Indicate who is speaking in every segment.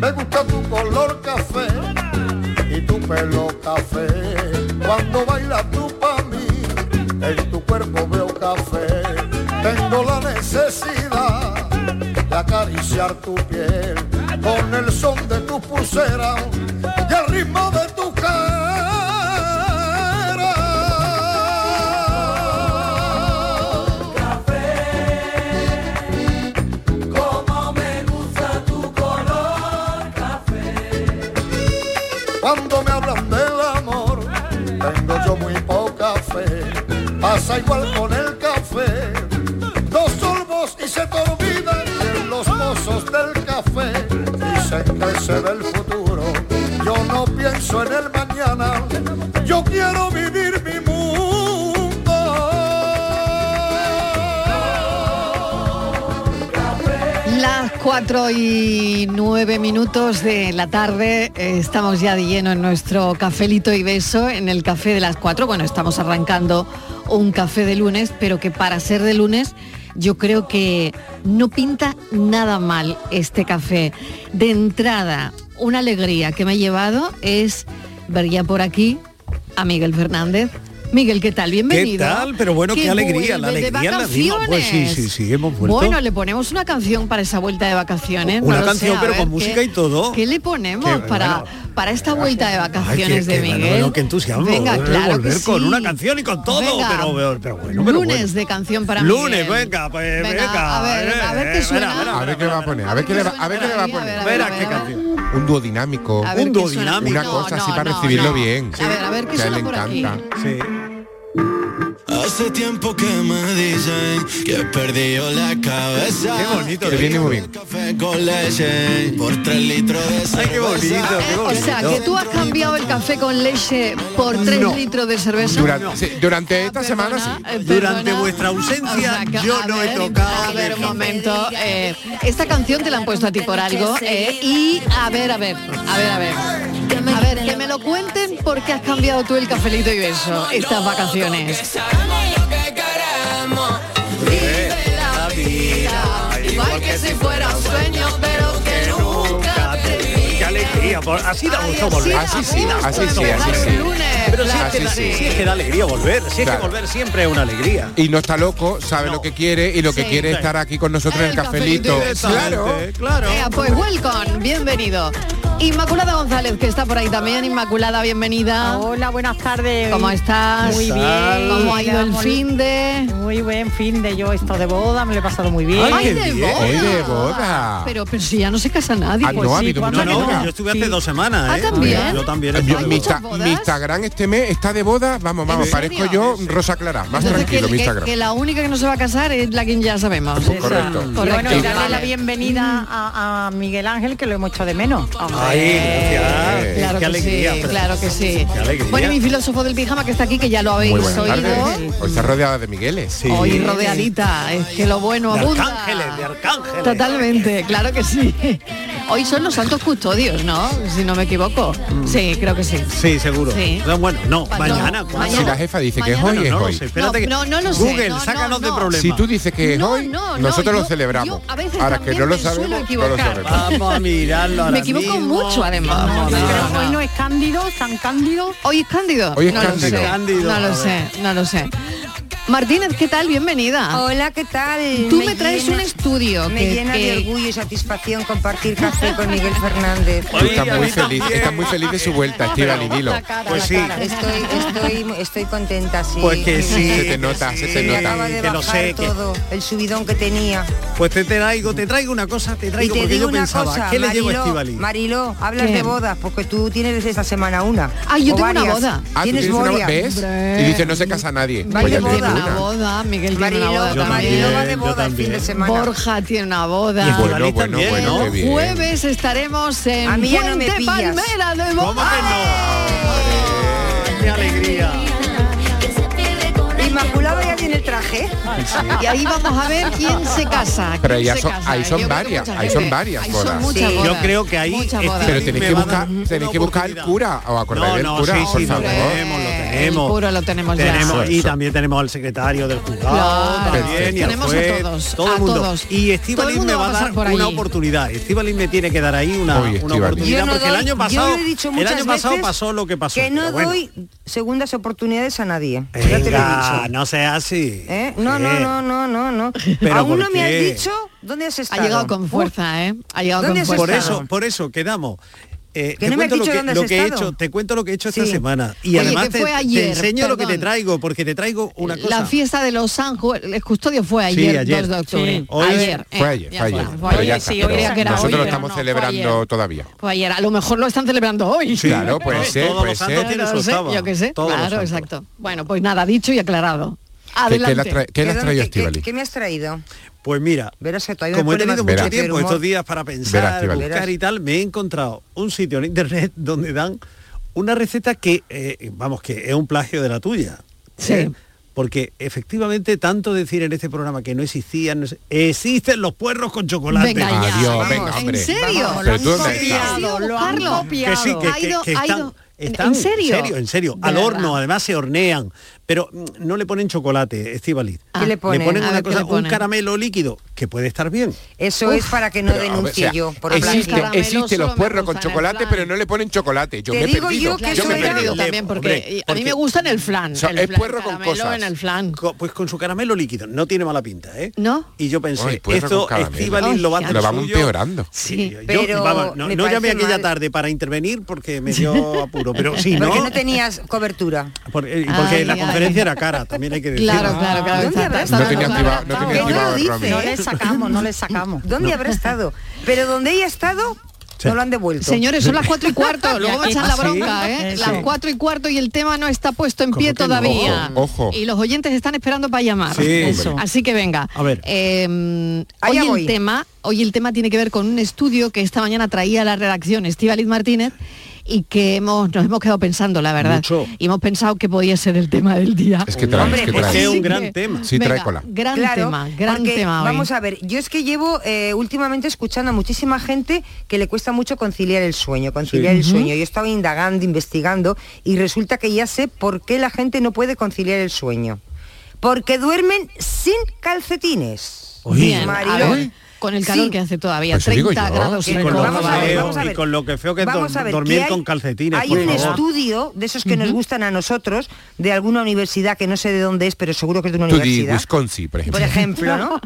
Speaker 1: Me gusta tu color café y tu pelo café. Cuando bailas tú para mí, en tu cuerpo veo café. Tengo la necesidad de acariciar tu piel con el son de tu pulsera y el ritmo de tu
Speaker 2: Como me gusta tu color
Speaker 1: Cuando me hablan del amor, tengo yo muy poca fe. Pasa igual con el café. Dos sorbos y se te olvidan de los pozos del café. Dicen que se ve el futuro. Yo no pienso en el mañana. Yo quiero vivir mi mundo.
Speaker 3: Las 4 y 9 minutos de la tarde, eh, estamos ya de lleno en nuestro cafelito y beso, en el café de las 4. Bueno, estamos arrancando un café de lunes, pero que para ser de lunes yo creo que no pinta nada mal este café. De entrada, una alegría que me ha llevado es ver ya por aquí a Miguel Fernández. Miguel, ¿qué tal? Bienvenido.
Speaker 4: ¿Qué tal? Pero bueno, qué,
Speaker 3: Que
Speaker 4: alegría, la
Speaker 3: vuelve de
Speaker 4: alegría la dimos. Pues sí,
Speaker 3: vacaciones.
Speaker 4: sí, sí, hemos vuelto.
Speaker 3: Bueno, le ponemos una canción para esa vuelta de vacaciones.
Speaker 4: Una
Speaker 3: no lo sé,
Speaker 4: canción,
Speaker 3: a
Speaker 4: pero
Speaker 3: ver,
Speaker 4: con
Speaker 3: ¿qué-
Speaker 4: música y todo.
Speaker 3: ¿Qué le ponemos
Speaker 4: Qué
Speaker 3: para, para esta vuelta de
Speaker 4: Ay, qué-
Speaker 3: vacaciones
Speaker 4: qué
Speaker 3: de
Speaker 4: bueno,
Speaker 3: Miguel?
Speaker 4: bueno, qué entusiasmo.
Speaker 3: Venga,
Speaker 4: volver,
Speaker 3: claro
Speaker 4: volver
Speaker 3: que
Speaker 4: con
Speaker 3: sí.
Speaker 4: una canción y con todo,
Speaker 3: Venga.
Speaker 4: pero, pero- pero bueno, pero
Speaker 3: Lunes
Speaker 4: bueno.
Speaker 3: de canción para
Speaker 4: Lunes,
Speaker 3: Miguel.
Speaker 4: venga, pues venga. eh,
Speaker 3: Venga, a ver, a ver qué suena.
Speaker 5: A ver qué va a poner, a ver qué le va a, ver qué le va a poner.
Speaker 4: Verá qué canción.
Speaker 5: Un dúo dinámico.
Speaker 4: A ver Un qué dúo suena. dinámico.
Speaker 5: Una
Speaker 4: No,
Speaker 5: cosa así
Speaker 4: no,
Speaker 5: para
Speaker 4: no,
Speaker 5: recibirlo
Speaker 4: no.
Speaker 5: bien.
Speaker 4: A ver, a ver qué
Speaker 5: Que a él
Speaker 4: suena por
Speaker 5: le
Speaker 4: aquí.
Speaker 5: encanta.
Speaker 6: Hace tiempo que me dicen que he perdido la cabeza.
Speaker 5: Qué bonito, le viene muy bien.
Speaker 6: Café con leche por tres litros de cerveza. Ay, qué bonito,
Speaker 3: O sea, que tú has cambiado el café con leche por 3
Speaker 5: No.
Speaker 3: litros de cerveza.
Speaker 5: Durante, sí, durante esta semana sí.
Speaker 3: eh,
Speaker 4: eh, Durante vuestra ausencia, yo no he tocado.
Speaker 3: A ver, un momento. eh, esta canción te la han puesto a ti por algo. eh, y a ver, a ver, a ver, a ver. A ver, que me lo cuenten porque has cambiado tú el cafelito y beso estas vacaciones.
Speaker 6: Eh,
Speaker 2: la vida, igual que si fuera un sueño, pero que nunca
Speaker 4: Qué alegría, por- así da gusto volver.
Speaker 5: Así sí, así sí, así sí.
Speaker 4: Pero si es, que
Speaker 5: Así
Speaker 4: da,
Speaker 5: sí.
Speaker 4: si es que da alegría volver, si es
Speaker 5: Claro.
Speaker 4: que volver siempre es una alegría.
Speaker 5: Y no está loco, sabe lo que quiere y lo que
Speaker 3: Sí.
Speaker 5: quiere es estar aquí con nosotros en el cafelito. Claro.
Speaker 4: claro.
Speaker 3: pues welcome, bienvenido. Inmaculada González, que está por ahí también. Inmaculada, bienvenida. Hola, buenas tardes. ¿Cómo estás?
Speaker 7: Muy bien.
Speaker 3: ¿Cómo ha ido el
Speaker 7: Mol-
Speaker 3: fin de?
Speaker 7: Muy buen fin de yo, esto de boda, me lo he pasado muy bien.
Speaker 3: Ay, de boda.
Speaker 5: Hoy de boda.
Speaker 3: Pero, pero si ya no se casa nadie.
Speaker 5: Ah, no, ha habido
Speaker 4: No,
Speaker 5: mucha
Speaker 4: no,
Speaker 5: boda.
Speaker 4: yo estuve hace dos semanas.
Speaker 3: Ah,
Speaker 4: ¿eh?
Speaker 3: ¿también?
Speaker 4: Yo también.
Speaker 5: Yo-
Speaker 4: estuve
Speaker 5: mi,
Speaker 4: de boda.
Speaker 5: Insta- mi Instagram este mes está de boda. Vamos, vamos,
Speaker 3: ¿En
Speaker 5: parezco
Speaker 3: serio?
Speaker 5: yo Rosa Clara. Más
Speaker 3: Entonces,
Speaker 5: tranquilo,
Speaker 3: que,
Speaker 5: mi
Speaker 3: que-
Speaker 5: Instagram. Pues
Speaker 3: que la única que no se va a casar es la que ya sabemos.
Speaker 5: Correcto.
Speaker 7: Y
Speaker 3: Correcto.
Speaker 7: Bueno, y darle
Speaker 3: Vale.
Speaker 7: la bienvenida a, a Miguel Ángel, que lo hemos hecho de menos.
Speaker 4: Ay, gracias.
Speaker 3: Eh, Claro
Speaker 4: qué
Speaker 3: que
Speaker 4: alegría.
Speaker 3: sí, claro que sí.
Speaker 4: Qué alegría.
Speaker 3: Bueno, y mi filósofo del pijama que está aquí, que ya lo habéis
Speaker 5: Muy buenas
Speaker 3: oído.
Speaker 5: tardes. Hoy está rodeada de Migueles.
Speaker 3: Hoy rodeadita, es que lo bueno
Speaker 4: De
Speaker 3: abunda.
Speaker 4: arcángeles, de arcángeles.
Speaker 3: Totalmente, claro que sí. Hoy son los santos custodios, ¿no? Si no me equivoco. Sí, creo que sí.
Speaker 4: Mm. Sí, seguro.
Speaker 3: Sí.
Speaker 4: No, bueno, no,
Speaker 3: Patrón,
Speaker 4: mañana. ¿cómo?
Speaker 3: mañana.
Speaker 5: Si la jefa dice que es
Speaker 3: Mañana
Speaker 5: hoy, es
Speaker 4: No, no lo
Speaker 5: hoy.
Speaker 4: sé, espérate que-
Speaker 3: No, no, no lo sé,
Speaker 4: Google,
Speaker 3: no, no,
Speaker 4: sácanos
Speaker 3: no.
Speaker 4: de problemas.
Speaker 5: Si tú dices que es
Speaker 3: No,
Speaker 5: hoy,
Speaker 3: no, no,
Speaker 5: nosotros
Speaker 3: yo-
Speaker 5: lo celebramos.
Speaker 3: yo a veces
Speaker 5: Ahora que
Speaker 3: también
Speaker 5: no lo
Speaker 3: me suelo
Speaker 5: sabemos, no lo
Speaker 3: equivocar.
Speaker 5: sabemos.
Speaker 4: Vamos a mirarlo ahora
Speaker 3: Me equivoco
Speaker 4: mismo.
Speaker 3: mucho, además.
Speaker 4: Vamos a
Speaker 3: No,
Speaker 4: mirarlo.
Speaker 3: no,
Speaker 7: Hoy no es Cándido, San Cándido.
Speaker 3: Hoy es Cándido.
Speaker 5: Hoy es
Speaker 3: no lo
Speaker 5: Cándido.
Speaker 3: sé,
Speaker 4: Cándido,
Speaker 3: No
Speaker 4: a
Speaker 3: lo
Speaker 4: ver.
Speaker 3: sé, no lo sé. Martínez, ¿qué tal? Bienvenida.
Speaker 8: Hola, ¿qué tal?
Speaker 3: Tú me traes
Speaker 8: llena-
Speaker 3: un estudio
Speaker 8: Me
Speaker 3: que-
Speaker 8: llena
Speaker 3: que-
Speaker 8: de orgullo y satisfacción compartir café con Miguel Fernández.
Speaker 5: Tú estás
Speaker 4: Oye, a
Speaker 5: muy
Speaker 4: mí
Speaker 5: feliz,
Speaker 4: también.
Speaker 5: estás muy feliz de su vuelta, Estivali, dilo.
Speaker 4: Pues sí.
Speaker 8: Estoy, estoy, estoy contenta, sí.
Speaker 4: Pues que sí.
Speaker 5: Se te nota, se te
Speaker 8: Me
Speaker 5: nota.
Speaker 8: acaba de
Speaker 4: Que
Speaker 8: bajar
Speaker 4: lo sé, que-
Speaker 8: todo el subidón que tenía.
Speaker 4: Pues te traigo, te traigo una cosa, te
Speaker 8: Y
Speaker 4: traigo
Speaker 8: te
Speaker 4: porque
Speaker 8: digo
Speaker 4: yo
Speaker 8: una
Speaker 4: pensaba,
Speaker 8: cosa,
Speaker 4: ¿qué le llevo a
Speaker 8: Mariló,
Speaker 4: Estivali?
Speaker 8: Mariló, hablas
Speaker 3: ¿Qué?
Speaker 8: de bodas, porque tú tienes esta semana una.
Speaker 3: Ah, yo
Speaker 8: o
Speaker 3: tengo una
Speaker 8: varias.
Speaker 3: boda.
Speaker 5: Ah, ¿tú
Speaker 8: Tienes
Speaker 5: tienes una-
Speaker 8: varias.
Speaker 5: ¿Ves? Y dice, no se casa nadie.
Speaker 8: Vaya
Speaker 5: Pues ya te
Speaker 8: boda.
Speaker 5: digo.
Speaker 3: una boda, Miguel tiene una boda
Speaker 7: Mariló-
Speaker 3: también.
Speaker 7: Mariló va de Yo boda el fin también. de semana.
Speaker 3: Borja tiene una boda.
Speaker 7: Y Estivaliz Bueno, bueno, también. bueno,
Speaker 3: El
Speaker 7: qué bien.
Speaker 3: jueves estaremos en
Speaker 7: A mí ya no me
Speaker 3: Puente
Speaker 7: pillas.
Speaker 3: Palmera de
Speaker 7: ¿Cómo
Speaker 3: Boda.
Speaker 4: ¡Qué alegría!
Speaker 8: Inmaculada ya tiene el traje.
Speaker 3: Y ahí vamos a ver quién se casa.
Speaker 5: Pero
Speaker 3: quién
Speaker 5: ya
Speaker 3: se
Speaker 5: son-
Speaker 3: casa. ¿eh?
Speaker 5: ahí son
Speaker 3: Yo creo que
Speaker 5: varias,
Speaker 3: mucha
Speaker 5: ahí
Speaker 3: gente-
Speaker 5: son varias
Speaker 3: ahí son
Speaker 5: bodas.
Speaker 3: muchas
Speaker 5: Sí.
Speaker 3: bodas.
Speaker 5: Yo creo que ahí
Speaker 3: Muchas bodas.
Speaker 5: Pero tenéis que
Speaker 4: Me va a
Speaker 5: buscar,
Speaker 4: dar
Speaker 5: tenéis que
Speaker 4: una
Speaker 5: buscar al cura o acordáis
Speaker 4: No,
Speaker 5: del
Speaker 4: no,
Speaker 5: cura,
Speaker 4: sí,
Speaker 5: por
Speaker 4: sí, lo
Speaker 5: favor.
Speaker 4: tenemos, lo tenemos.
Speaker 3: El cura lo tenemos ya.
Speaker 4: Tenemos-
Speaker 3: Eso,
Speaker 4: y
Speaker 3: eso.
Speaker 4: también tenemos al secretario del juzgado
Speaker 3: Claro,
Speaker 4: también, y al
Speaker 3: tenemos a
Speaker 4: juez,
Speaker 3: todos,
Speaker 4: todo
Speaker 3: a
Speaker 4: el mundo.
Speaker 3: todos.
Speaker 4: Y
Speaker 3: Todo el
Speaker 4: Estivaliz me
Speaker 3: mundo va
Speaker 4: va
Speaker 3: a
Speaker 4: a
Speaker 3: pasar
Speaker 4: dar
Speaker 3: por
Speaker 4: una
Speaker 3: allí.
Speaker 4: oportunidad. Estivaliz me tiene que dar ahí una,
Speaker 5: Oye,
Speaker 4: una
Speaker 5: Estíbaliz.
Speaker 4: oportunidad
Speaker 8: Yo no
Speaker 4: porque el
Speaker 8: doy-
Speaker 4: año
Speaker 8: yo
Speaker 4: pasado
Speaker 8: le he dicho
Speaker 4: el
Speaker 8: muchas
Speaker 4: año pasado
Speaker 8: veces
Speaker 4: pasó lo que pasó.
Speaker 8: Que no
Speaker 4: pero bueno. Eh,
Speaker 8: doy segundas oportunidades a nadie. Ya te lo he
Speaker 4: Venga,
Speaker 8: dicho.
Speaker 4: no sea así.
Speaker 8: ¿Eh? No, no,
Speaker 4: Sí.
Speaker 8: no, no, no, no.
Speaker 4: ¿Pero
Speaker 8: Aún
Speaker 4: por
Speaker 8: no me has
Speaker 4: qué?
Speaker 8: dicho dónde has
Speaker 3: Ha
Speaker 8: estado.
Speaker 3: llegado con fuerza, ¿eh? Ha llegado
Speaker 8: ¿Dónde
Speaker 3: con
Speaker 8: has
Speaker 3: fuerza.
Speaker 4: Por
Speaker 8: estado?
Speaker 4: eso, por eso quedamos. Eh,
Speaker 8: Que no me has
Speaker 4: lo
Speaker 8: dicho
Speaker 4: que,
Speaker 8: dónde has
Speaker 4: lo que he
Speaker 8: estado.
Speaker 4: hecho, te cuento lo que he hecho esta
Speaker 8: Sí.
Speaker 4: semana y
Speaker 3: Oye,
Speaker 4: además
Speaker 3: que
Speaker 4: te,
Speaker 3: fue
Speaker 4: te
Speaker 3: ayer,
Speaker 4: enseño lo que te
Speaker 3: perdón.
Speaker 4: traigo porque te traigo una cosa.
Speaker 3: La fiesta de los Ángeles, el custodio fue ayer,
Speaker 4: Sí, ayer.
Speaker 3: 2 de octubre.
Speaker 4: Sí. Hoy-
Speaker 3: ayer. eh,
Speaker 5: Fue ayer,
Speaker 3: ya
Speaker 5: fue
Speaker 3: está,
Speaker 5: ayer. Pero
Speaker 3: fue ayer,
Speaker 5: ya está,
Speaker 3: sí,
Speaker 5: pero
Speaker 3: creía que era hoy,
Speaker 5: nosotros lo
Speaker 3: pero
Speaker 5: estamos
Speaker 3: no, fue
Speaker 5: celebrando
Speaker 3: ayer.
Speaker 5: todavía.
Speaker 3: Fue ayer, a lo mejor lo están celebrando hoy.
Speaker 5: Claro, puede
Speaker 4: Todos
Speaker 5: ser,
Speaker 4: los
Speaker 5: puede
Speaker 4: santos
Speaker 5: ser.
Speaker 4: tienen
Speaker 3: No
Speaker 4: su
Speaker 3: sé,
Speaker 4: octava.
Speaker 3: yo qué sé.
Speaker 4: Todos los
Speaker 3: Claro,
Speaker 4: santos.
Speaker 3: exacto. Bueno, pues nada, dicho y aclarado.
Speaker 5: ¿Qué, qué la
Speaker 3: Adelante.
Speaker 5: tra- qué la has
Speaker 8: ¿Qué-
Speaker 5: traído,
Speaker 8: qué-
Speaker 5: Estivali?
Speaker 8: ¿Qué me has traído?
Speaker 4: Pues mira,
Speaker 8: Verás que todavía me
Speaker 4: como he
Speaker 8: pone más
Speaker 4: tenido mucho
Speaker 8: triste el
Speaker 4: tiempo
Speaker 8: humor.
Speaker 4: estos días para
Speaker 5: Verás,
Speaker 4: pensar,
Speaker 5: Estíbaliz.
Speaker 4: buscar y tal, me he encontrado un sitio en internet donde dan una receta que, eh, vamos, que es un plagio de la tuya.
Speaker 3: Sí.
Speaker 4: ¿eh? Porque efectivamente tanto decir en este programa que no existían, no sé- existen los puerros con chocolate.
Speaker 3: Venga ya.
Speaker 5: Adiós,
Speaker 3: vamos.
Speaker 5: venga, hombre.
Speaker 3: ¿En serio?
Speaker 5: Vamos, Pero tú dónde
Speaker 3: Ha
Speaker 5: estás.
Speaker 3: sido
Speaker 7: Lo han
Speaker 3: buscarlo.
Speaker 4: Que sí, que,
Speaker 3: Ha
Speaker 4: que-
Speaker 3: ido-
Speaker 4: que
Speaker 3: ha
Speaker 4: están,
Speaker 3: ido-
Speaker 4: están-
Speaker 3: ¿En serio?
Speaker 4: en serio, en serio,
Speaker 3: De
Speaker 4: al
Speaker 3: verdad.
Speaker 4: horno, además se hornean, pero mm, no le ponen chocolate, Estivaliz.
Speaker 8: ¿Qué le ponen?
Speaker 4: ponen
Speaker 3: A
Speaker 4: una
Speaker 3: ver, Ah. ¿qué
Speaker 4: cosa,
Speaker 3: le ponen?
Speaker 4: un caramelo líquido que puede estar bien.
Speaker 8: Eso es para que no
Speaker 5: Pero,
Speaker 8: denuncie
Speaker 5: o sea,
Speaker 8: yo por
Speaker 3: existe-
Speaker 8: plagio.
Speaker 5: existen
Speaker 3: Caramelo
Speaker 5: existen
Speaker 3: solo
Speaker 5: los
Speaker 3: me
Speaker 5: puerros
Speaker 3: gustan
Speaker 5: con
Speaker 3: en
Speaker 5: chocolate,
Speaker 3: plan.
Speaker 5: pero no le ponen chocolate. Yo
Speaker 8: Te
Speaker 5: me he
Speaker 8: digo
Speaker 5: perdido.
Speaker 8: yo que
Speaker 5: yo
Speaker 3: Yo
Speaker 5: me
Speaker 3: me
Speaker 5: he
Speaker 3: he perdido
Speaker 5: perdido.
Speaker 3: también porque
Speaker 4: Hombre,
Speaker 3: a mí
Speaker 4: porque-
Speaker 3: me gustan el flan.
Speaker 5: So-
Speaker 3: el
Speaker 5: es
Speaker 3: flan
Speaker 5: puerro con
Speaker 3: caramelo
Speaker 5: cosas.
Speaker 3: en el flan.
Speaker 4: Co- pues con su caramelo líquido, no tiene mala pinta, ¿eh?
Speaker 3: ¿No?
Speaker 4: Y yo pensé,
Speaker 5: Ay, pues
Speaker 4: esto
Speaker 5: con caramelo.
Speaker 4: Estivali lo va a
Speaker 3: Ay,
Speaker 4: hacer
Speaker 5: Lo vamos
Speaker 4: suyo.
Speaker 5: empeorando.
Speaker 4: Sí,
Speaker 3: Sí,
Speaker 4: yo-
Speaker 8: pero
Speaker 4: vamos, no,
Speaker 8: me
Speaker 4: no
Speaker 8: parece
Speaker 4: llamé aquella
Speaker 8: mal.
Speaker 4: tarde para intervenir porque me dio apuro, pero si no,
Speaker 8: Porque no tenías cobertura.
Speaker 4: por- eh, porque
Speaker 3: Ay,
Speaker 4: la
Speaker 3: ay.
Speaker 4: conferencia era cara, también hay que decirlo.
Speaker 3: Claro, claro, claro.
Speaker 8: ¿Dónde
Speaker 3: está-
Speaker 8: habrá
Speaker 3: está
Speaker 5: No
Speaker 3: dando
Speaker 5: tenía
Speaker 3: cara.
Speaker 5: activado- no tenía
Speaker 8: Que no
Speaker 5: activado
Speaker 8: lo
Speaker 5: el
Speaker 8: dice,
Speaker 5: Rami.
Speaker 7: No
Speaker 8: ¿eh?
Speaker 7: le sacamos, no le sacamos.
Speaker 8: ¿Dónde habrá estado? Pero donde haya estado,
Speaker 4: Sí.
Speaker 8: no lo han devuelto.
Speaker 3: Señores, son las cuatro y cuarto, luego va a echar la
Speaker 4: Ah, ¿sí?
Speaker 3: bronca, ¿eh?
Speaker 7: Eh,
Speaker 3: Las
Speaker 7: sí.
Speaker 3: cuatro y cuarto y el tema no está puesto en
Speaker 4: ¿Cómo
Speaker 3: pie
Speaker 4: que no?
Speaker 3: todavía.
Speaker 5: Ojo, ojo.
Speaker 3: Y los oyentes están esperando para llamar.
Speaker 4: Sí,
Speaker 7: Eso. hombre.
Speaker 3: Así que venga.
Speaker 4: A ver.
Speaker 3: Eh, hoy,
Speaker 8: Allá
Speaker 3: el
Speaker 8: voy.
Speaker 3: tema, hoy el tema tiene que ver con un estudio que esta mañana traía la redacción Estíbaliz Martínez y que hemos, nos hemos quedado pensando, la verdad.
Speaker 4: Mucho.
Speaker 3: Y hemos pensado que podía ser el tema del día.
Speaker 5: Es que traes,
Speaker 8: Hombre,
Speaker 5: que
Speaker 8: pues
Speaker 5: traes.
Speaker 4: sí. Es un
Speaker 3: Así
Speaker 4: gran
Speaker 3: que,
Speaker 4: tema.
Speaker 5: Sí, trae
Speaker 3: venga,
Speaker 5: cola.
Speaker 3: Gran
Speaker 8: Claro,
Speaker 3: tema, gran
Speaker 8: porque,
Speaker 3: tema. hoy.
Speaker 8: Vamos a ver, yo es que llevo eh, últimamente escuchando a muchísima gente que le cuesta mucho conciliar el sueño, conciliar el sueño. Yo estaba indagando, investigando y resulta que ya sé por qué la gente no puede conciliar el sueño. Porque duermen sin calcetines.
Speaker 4: Oye.
Speaker 3: Bien, a
Speaker 8: Mariló.
Speaker 3: ver, con el calor
Speaker 8: Sí.
Speaker 3: que hace todavía,
Speaker 5: Pues eso digo
Speaker 3: 30
Speaker 5: yo.
Speaker 3: grados
Speaker 4: Y
Speaker 3: en
Speaker 4: con, lo
Speaker 8: Vamos a
Speaker 3: Córdoba,
Speaker 8: ver,
Speaker 4: feo,
Speaker 8: vamos a
Speaker 4: y
Speaker 8: ver.
Speaker 4: con lo que feo que es do-
Speaker 8: Vamos a ver,
Speaker 4: dormir
Speaker 8: que hay-
Speaker 4: con calcetines,
Speaker 8: Hay
Speaker 4: por
Speaker 8: un
Speaker 4: favor.
Speaker 8: estudio de esos que nos gustan a nosotros, de alguna universidad que no sé de dónde es, pero seguro que es de una
Speaker 5: Tú di
Speaker 8: universidad.
Speaker 5: Wisconsin, por ejemplo.
Speaker 8: por ejemplo, ¿no?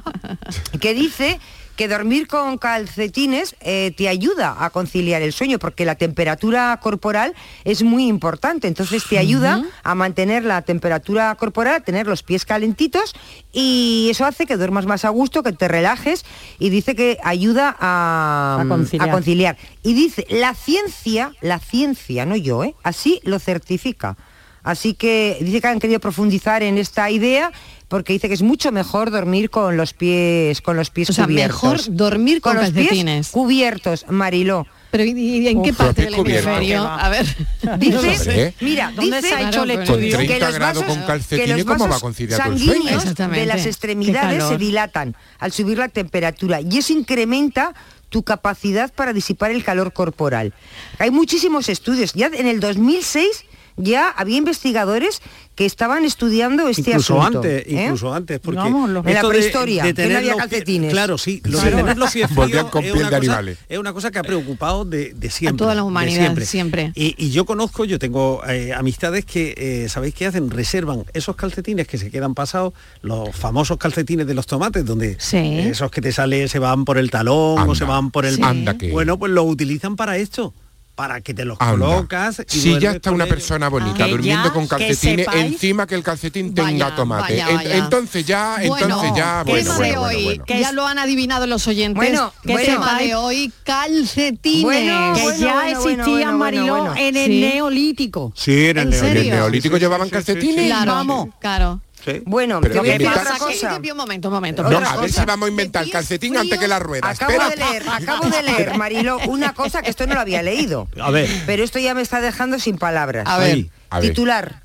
Speaker 8: que dice que dormir con calcetines eh, te ayuda a conciliar el sueño porque la temperatura corporal es muy importante. Entonces te ayuda a mantener la temperatura corporal, a tener los pies calentitos y eso hace que duermas más a gusto, que te relajes y dice que ayuda a,
Speaker 7: A conciliar.
Speaker 8: a conciliar. Y dice, la ciencia, la ciencia, no yo, ¿eh? así lo certifica. Así que dice que han querido profundizar en esta idea porque dice que es mucho mejor dormir con los pies con los pies
Speaker 3: O sea,
Speaker 8: cubiertos.
Speaker 3: mejor dormir con
Speaker 8: los pies
Speaker 3: calcetines.
Speaker 8: cubiertos, Mariló.
Speaker 3: Pero ¿y, y en qué
Speaker 5: Uf,
Speaker 3: parte
Speaker 5: pero
Speaker 3: del
Speaker 5: qué cubierto.
Speaker 3: hemisferio? A ver.
Speaker 5: lo sé.
Speaker 8: Dice, mira,
Speaker 7: ¿Dónde
Speaker 8: dice
Speaker 7: se ha hecho el
Speaker 3: Claro,
Speaker 5: Con
Speaker 7: estudio?
Speaker 8: que
Speaker 5: 30
Speaker 8: los
Speaker 5: grados
Speaker 8: vasos-
Speaker 5: con
Speaker 8: que
Speaker 5: calcetines,
Speaker 8: los
Speaker 5: ¿cómo va a
Speaker 8: vasos
Speaker 5: conciliar tu sueño?
Speaker 8: sanguíneos
Speaker 3: Exactamente.
Speaker 8: de las
Speaker 3: Qué
Speaker 8: extremidades se
Speaker 3: calor.
Speaker 8: dilatan al subir la temperatura y eso incrementa tu capacidad para disipar el calor corporal. Hay muchísimos estudios. Ya en el 2006 ya había investigadores que estaban estudiando este
Speaker 4: incluso
Speaker 8: asunto.
Speaker 4: antes,
Speaker 8: ¿eh?
Speaker 4: incluso antes, porque
Speaker 7: Vamos, lo-
Speaker 8: En la
Speaker 4: esto de-
Speaker 8: prehistoria,
Speaker 4: de
Speaker 8: que no
Speaker 4: tener
Speaker 8: había
Speaker 4: los pies-
Speaker 8: calcetines.
Speaker 4: Claro, sí, lo de
Speaker 8: Claro.
Speaker 4: tener los pies fríos
Speaker 5: Volvían con
Speaker 4: es
Speaker 5: piel
Speaker 4: una
Speaker 5: de
Speaker 4: cosa-
Speaker 5: animales.
Speaker 4: Es una cosa que ha preocupado de, de siempre.
Speaker 3: toda la
Speaker 4: de
Speaker 3: humanidad, siempre.
Speaker 4: Y, y yo conozco, yo tengo eh, amistades que, eh, ¿sabéis qué hacen? Reservan esos calcetines que se quedan pasados, los famosos calcetines de los tomates, donde
Speaker 3: Sí.
Speaker 4: eh, esos que te sale se van por el talón o
Speaker 5: Anda,
Speaker 4: se van por el...
Speaker 3: Sí.
Speaker 5: anda que-
Speaker 4: Bueno, pues los utilizan para esto. Para que te los
Speaker 5: Anda.
Speaker 4: colocas y
Speaker 5: si ya
Speaker 4: duermes
Speaker 5: está
Speaker 4: con
Speaker 5: una
Speaker 4: ellos.
Speaker 5: persona bonita
Speaker 7: Que
Speaker 5: durmiendo
Speaker 7: ya,
Speaker 5: con
Speaker 7: que
Speaker 5: calcetines
Speaker 7: sepáis-
Speaker 5: encima que el calcetín
Speaker 3: Vaya,
Speaker 5: tenga tomate
Speaker 3: vaya,
Speaker 5: En-
Speaker 3: vaya.
Speaker 5: entonces ya Ah, entonces
Speaker 3: Bueno,
Speaker 5: ya bueno
Speaker 3: tema de
Speaker 5: bueno,
Speaker 3: hoy.
Speaker 5: bueno, bueno.
Speaker 3: Ya lo han adivinado los oyentes.
Speaker 8: Bueno,
Speaker 3: ¿Qué
Speaker 8: bueno.
Speaker 3: tema de hoy? Calcetines.
Speaker 8: Bueno,
Speaker 7: Que
Speaker 8: bueno.
Speaker 7: ya existían
Speaker 8: bueno,
Speaker 7: Mariló
Speaker 8: bueno, bueno.
Speaker 7: en el
Speaker 3: Sí.
Speaker 7: neolítico.
Speaker 4: Sí, en el
Speaker 3: ¿En serio?
Speaker 4: neolítico.
Speaker 5: ¿En el neolítico llevaban calcetines?
Speaker 3: Claro,
Speaker 7: Vamos.
Speaker 3: claro.
Speaker 8: Bueno,
Speaker 5: Pero
Speaker 8: te voy a
Speaker 5: que
Speaker 8: decir
Speaker 5: invitar-
Speaker 8: otra cosa.
Speaker 3: Un momento, un momento.
Speaker 5: No,
Speaker 3: otra
Speaker 5: a ver
Speaker 3: cosa.
Speaker 5: si vamos a inventar el calcetín antes que la rueda.
Speaker 8: Acabo
Speaker 5: Espera.
Speaker 8: de leer, acabo de leer, Marilo, una cosa que esto no lo había leído.
Speaker 5: A ver.
Speaker 8: Pero esto ya me está dejando sin palabras.
Speaker 5: A ver. Ay, a ver.
Speaker 8: Titular.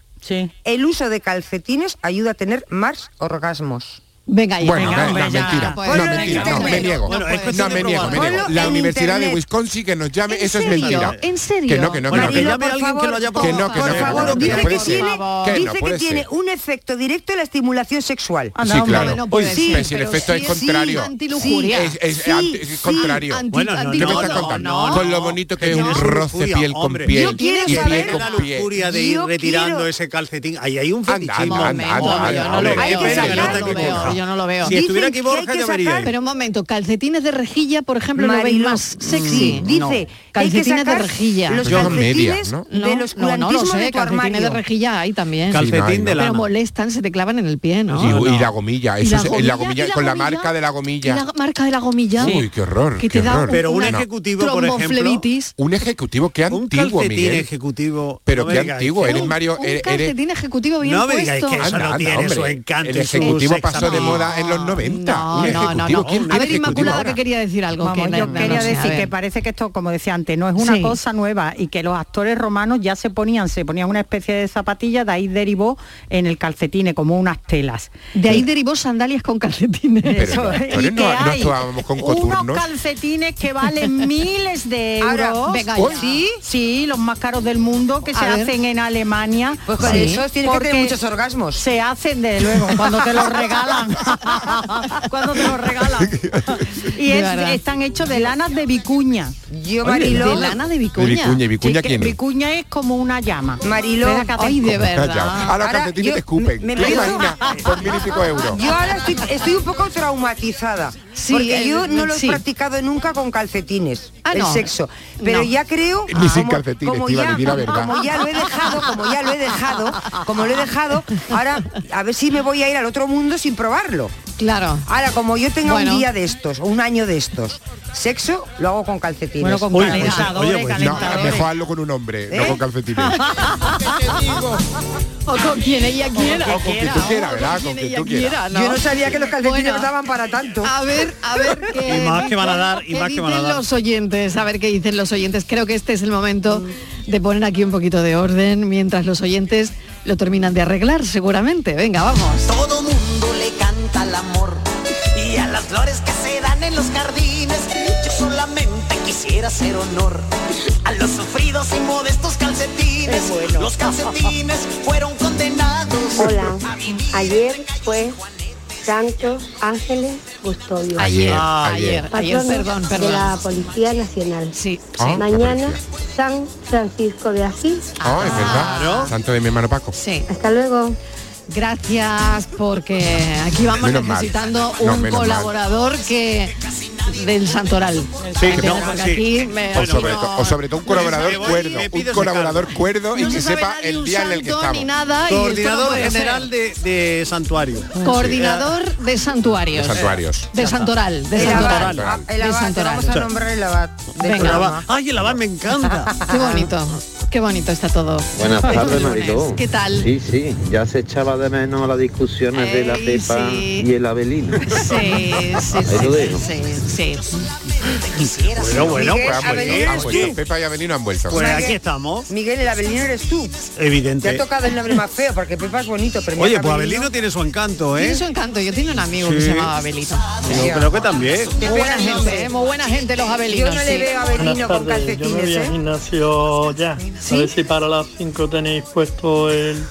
Speaker 8: El uso de calcetines ayuda a tener más orgasmos.
Speaker 3: Venga,
Speaker 5: Bueno, no, no, mentira. No, mentira, no, me niego. no, me niego, me niego. La Universidad de Wisconsin que nos llame, eso es
Speaker 3: serio?
Speaker 5: mentira.
Speaker 3: ¿En serio?
Speaker 5: Que no, que no, que
Speaker 4: Bueno,
Speaker 5: no.
Speaker 4: que
Speaker 5: no,
Speaker 4: llame a alguien que lo haya
Speaker 5: Que no, que no,
Speaker 4: probado.
Speaker 5: que no,
Speaker 4: Por favor,
Speaker 5: que no,
Speaker 4: dice
Speaker 5: que
Speaker 4: que
Speaker 5: puede ser.
Speaker 8: Tiene-
Speaker 5: Que no,
Speaker 8: dice que
Speaker 5: puede
Speaker 8: tiene
Speaker 5: ser.
Speaker 8: un efecto directo en la estimulación sexual.
Speaker 5: Anda, Sí, hombre, claro. no puede Uy, ser, pero si el pero efecto sí es es contrario. antilujuria. Es- es anti- es contrario. Bueno, no, ¿Qué me estás contando? Con lo bonito que es un roce piel con piel
Speaker 4: Yo quiero
Speaker 5: y
Speaker 4: saber
Speaker 5: piel con
Speaker 4: la
Speaker 5: piel.
Speaker 4: lujuria de ir retirando ese calcetín. Ahí hay un fetichismo.
Speaker 5: anda, anda,
Speaker 4: Hombre,
Speaker 5: anda,
Speaker 4: hombre,
Speaker 5: hombre.
Speaker 4: qué
Speaker 5: Hay que
Speaker 4: pena que no
Speaker 5: sacar-
Speaker 4: esté
Speaker 5: no
Speaker 4: aquí
Speaker 5: lo veo,
Speaker 4: Borja.
Speaker 5: yo
Speaker 3: no lo veo.
Speaker 4: Si estuviera aquí Borja ya vería.
Speaker 3: Pero un momento, calcetines de rejilla, por ejemplo, lo veis
Speaker 8: Mariló,
Speaker 3: más sexy.
Speaker 8: sí, dice que hay que
Speaker 3: calcetines de
Speaker 8: sacar
Speaker 3: rejilla.
Speaker 8: los Yo calcetines medias, ¿no?
Speaker 3: No,
Speaker 8: del
Speaker 3: no, no lo
Speaker 8: oscurantismo
Speaker 3: sé,
Speaker 8: de tu
Speaker 3: calcetines de
Speaker 8: armario.
Speaker 3: rejilla hay también.
Speaker 5: Calcetín Sí, no hay, de
Speaker 3: Pero
Speaker 5: lana.
Speaker 3: molestan, se te clavan en el pie, ¿no?
Speaker 5: Y- Y la gomilla,
Speaker 3: Y
Speaker 5: eso
Speaker 3: la
Speaker 5: es en
Speaker 3: gomilla,
Speaker 5: la
Speaker 3: y
Speaker 5: gomilla,
Speaker 3: la
Speaker 5: con la
Speaker 3: gomilla,
Speaker 5: marca de la
Speaker 3: Y
Speaker 5: gomilla.
Speaker 3: La marca de la gomilla.
Speaker 5: Uy, qué horror.
Speaker 3: Que te
Speaker 5: qué
Speaker 3: da
Speaker 5: horror.
Speaker 3: un- Pero un una ejecutivo, por ejemplo- tromboflebitis.
Speaker 5: Un ejecutivo, qué antiguo,
Speaker 4: calcetín
Speaker 5: Miguel.
Speaker 4: ejecutivo.
Speaker 5: Pero
Speaker 4: No
Speaker 5: qué
Speaker 4: me digas,
Speaker 5: antiguo,
Speaker 4: un-
Speaker 5: eres Mario... er-,
Speaker 3: Un
Speaker 5: eres- eres-
Speaker 3: calcetín ejecutivo bien
Speaker 5: no me digáis
Speaker 3: puesto.
Speaker 5: que eso no tiene su encanto.
Speaker 4: y su sex appeal.
Speaker 5: en los 90.
Speaker 3: No, no, no, no. A ver, Inmaculada, que quería decir algo.
Speaker 7: Vamos,
Speaker 3: que la-
Speaker 7: yo
Speaker 3: no,
Speaker 7: quería
Speaker 3: no sé, a
Speaker 7: decir
Speaker 3: ver.
Speaker 7: que parece que esto, como decía antes, no es una
Speaker 3: Sí.
Speaker 7: cosa nueva y que los actores romanos ya se ponían, se ponían una especie de zapatilla, de ahí derivó en el calcetine, como unas telas.
Speaker 3: De ahí derivó sandalias con calcetines.
Speaker 7: Eso,
Speaker 3: ¿eh?
Speaker 5: Pero
Speaker 7: y
Speaker 5: nosotros
Speaker 7: que
Speaker 5: no, no
Speaker 7: hay
Speaker 5: actuábamos con
Speaker 7: unos
Speaker 5: coturnos.
Speaker 7: calcetines que valen miles de euros.
Speaker 8: Ahora, venga ya.
Speaker 7: sí, sí, los más caros del mundo que
Speaker 8: A
Speaker 7: se
Speaker 8: ver.
Speaker 7: hacen en Alemania.
Speaker 8: Pues con
Speaker 7: Sí.
Speaker 8: esos tienes que tener
Speaker 7: Porque
Speaker 8: muchos orgasmos.
Speaker 7: Se hacen de luego cuando te los regalan. cuando te los regalan. y
Speaker 8: De
Speaker 7: es-
Speaker 8: verdad.
Speaker 7: están hechos de lanas de vicuña.
Speaker 8: Yo, Mariló-
Speaker 7: de lana de vicuña.
Speaker 5: De vicuña, ¿y vicuña
Speaker 7: que
Speaker 5: quién es?
Speaker 7: Vicuña es como una llama.
Speaker 8: Mariló,
Speaker 7: Espera que te
Speaker 8: ay,
Speaker 7: escupo.
Speaker 8: de verdad.
Speaker 5: Calla. A los
Speaker 8: Ahora,
Speaker 5: calcetines
Speaker 8: yo-
Speaker 5: te escupen.
Speaker 8: me-
Speaker 5: ¿Te
Speaker 8: me-
Speaker 5: imaginas? Por mil y pico euros.
Speaker 8: Yo ahora estoy, estoy un poco traumatizada.
Speaker 3: Sí,
Speaker 8: porque yo
Speaker 3: el-
Speaker 8: no lo he
Speaker 3: sí.
Speaker 8: practicado nunca con calcetines.
Speaker 3: Ah,
Speaker 8: el
Speaker 3: no.
Speaker 8: sexo. Pero
Speaker 3: No.
Speaker 8: ya creo.
Speaker 5: Ni sin calcetines, Estíbaliz,
Speaker 8: ya,
Speaker 5: di la verdad.
Speaker 8: como ya lo he dejado, como ya lo he dejado, como lo he dejado, ahora a ver si me voy a ir al otro mundo sin probarlo.
Speaker 3: Claro.
Speaker 8: Ahora, como yo tenga
Speaker 3: Bueno.
Speaker 8: un día de estos, o un año de estos, sexo, lo hago con calcetines.
Speaker 7: Bueno, con
Speaker 5: Uy, pues,
Speaker 7: calentadores,
Speaker 5: oye, pues, no,
Speaker 7: calentadores.
Speaker 5: mejor hazlo con un hombre, no
Speaker 8: ¿Eh?
Speaker 5: con calcetines.
Speaker 3: O con quien ella quiera.
Speaker 5: O con quien tú quieras, ¿verdad? Con quien tú quieras.
Speaker 8: Yo no sabía que los calcetines
Speaker 3: Bueno.
Speaker 8: no daban para tanto.
Speaker 3: A ver, a ver qué.
Speaker 4: Y más que van a dar, y
Speaker 3: qué
Speaker 4: más que van a
Speaker 3: dicen
Speaker 4: dar.
Speaker 3: los oyentes, a ver qué dicen los oyentes. Creo que este es el momento de poner aquí un poquito de orden mientras los oyentes lo terminan de arreglar, seguramente. Venga, vamos.
Speaker 2: Todo mundo le canta al amor y a las flores que se dan en los jardines. Yo solamente quisiera hacer honor a los sufridos y modestos calcetines. Los calcetines fueron condenados.
Speaker 9: Hola, ayer fue Santos Ángeles Custodio.
Speaker 2: Ayer, Ah, ayer. ayer,
Speaker 9: Patrono
Speaker 3: ayer, perdón,
Speaker 9: De
Speaker 3: perdón.
Speaker 9: la Policía Nacional.
Speaker 3: Sí,
Speaker 5: sí. Ah,
Speaker 9: Mañana San Francisco de Asís.
Speaker 5: Ah, es verdad. Santo de mi hermano Paco.
Speaker 3: Sí.
Speaker 9: Hasta luego.
Speaker 3: Gracias porque aquí vamos
Speaker 5: Menos mal.
Speaker 3: necesitando
Speaker 5: No,
Speaker 3: un
Speaker 5: menos mal.
Speaker 3: colaborador que del santoral.
Speaker 5: Sí,
Speaker 3: Que
Speaker 5: no,
Speaker 3: tengo que
Speaker 5: sí.
Speaker 3: aquí me-
Speaker 5: o, sobre to- o sobre todo un colaborador
Speaker 4: voy,
Speaker 5: cuerdo,
Speaker 4: me
Speaker 5: un
Speaker 4: pido ese
Speaker 5: colaborador
Speaker 4: cargo.
Speaker 5: cuerdo y
Speaker 3: No
Speaker 5: que
Speaker 3: se sabe
Speaker 5: sepa
Speaker 3: dar ni
Speaker 5: el
Speaker 3: un
Speaker 5: día en el que
Speaker 3: santo ni
Speaker 5: estamos.
Speaker 3: nada y esto no
Speaker 4: Coordinador
Speaker 3: puede ser.
Speaker 4: general de, de santuario.
Speaker 5: Eh,
Speaker 3: Coordinador de santuarios.
Speaker 4: De santuarios.
Speaker 3: De santoral. De
Speaker 4: El
Speaker 3: santoral.
Speaker 4: abad, ah,
Speaker 8: El
Speaker 3: De
Speaker 8: abad, te
Speaker 3: santoral.
Speaker 8: vamos a nombrar el abad. de
Speaker 3: Venga.
Speaker 4: El
Speaker 8: programa.
Speaker 4: abad. Ay, el abad me encanta.
Speaker 3: Qué bonito. Qué bonito está todo.
Speaker 10: Buenas
Speaker 3: Estos
Speaker 10: tardes,
Speaker 3: lunes.
Speaker 10: Mariló.
Speaker 3: ¿Qué tal?
Speaker 10: Sí, sí, ya se echaba de menos las discusiones de la
Speaker 3: Ey,
Speaker 10: cepa
Speaker 3: sí.
Speaker 10: y el abelino.
Speaker 3: Sí, sí,
Speaker 10: Ahí lo
Speaker 3: sí,
Speaker 10: dejo.
Speaker 3: sí, sí.
Speaker 5: Bueno, bueno,
Speaker 8: Miguel,
Speaker 5: pues han vuelto, han
Speaker 8: Avelino.
Speaker 5: vuelto. Pepa y Avelino han vuelto.
Speaker 4: Pues
Speaker 8: Miguel-
Speaker 4: aquí estamos.
Speaker 8: Miguel, el Avelino eres tú. Te
Speaker 4: Evidente.
Speaker 8: ha tocado el nombre más feo porque Pepa es bonito, pero
Speaker 4: Oye,
Speaker 8: mira,
Speaker 4: pues Abelino tiene su encanto,
Speaker 3: Tiene
Speaker 4: ¿eh?
Speaker 3: su encanto. Yo tenía un amigo que
Speaker 4: Sí.
Speaker 3: se llamaba Abelito.
Speaker 4: Yo creo que también.
Speaker 3: Muy buena gente, ¿eh? muy buena gente los abelinos.
Speaker 8: Yo no le
Speaker 3: sí.
Speaker 8: veo a Avelino con
Speaker 11: Yo me
Speaker 8: calcetines,
Speaker 11: voy al
Speaker 8: ¿eh?
Speaker 11: gimnasio ya. A ver si para las 5 tenéis puesto el...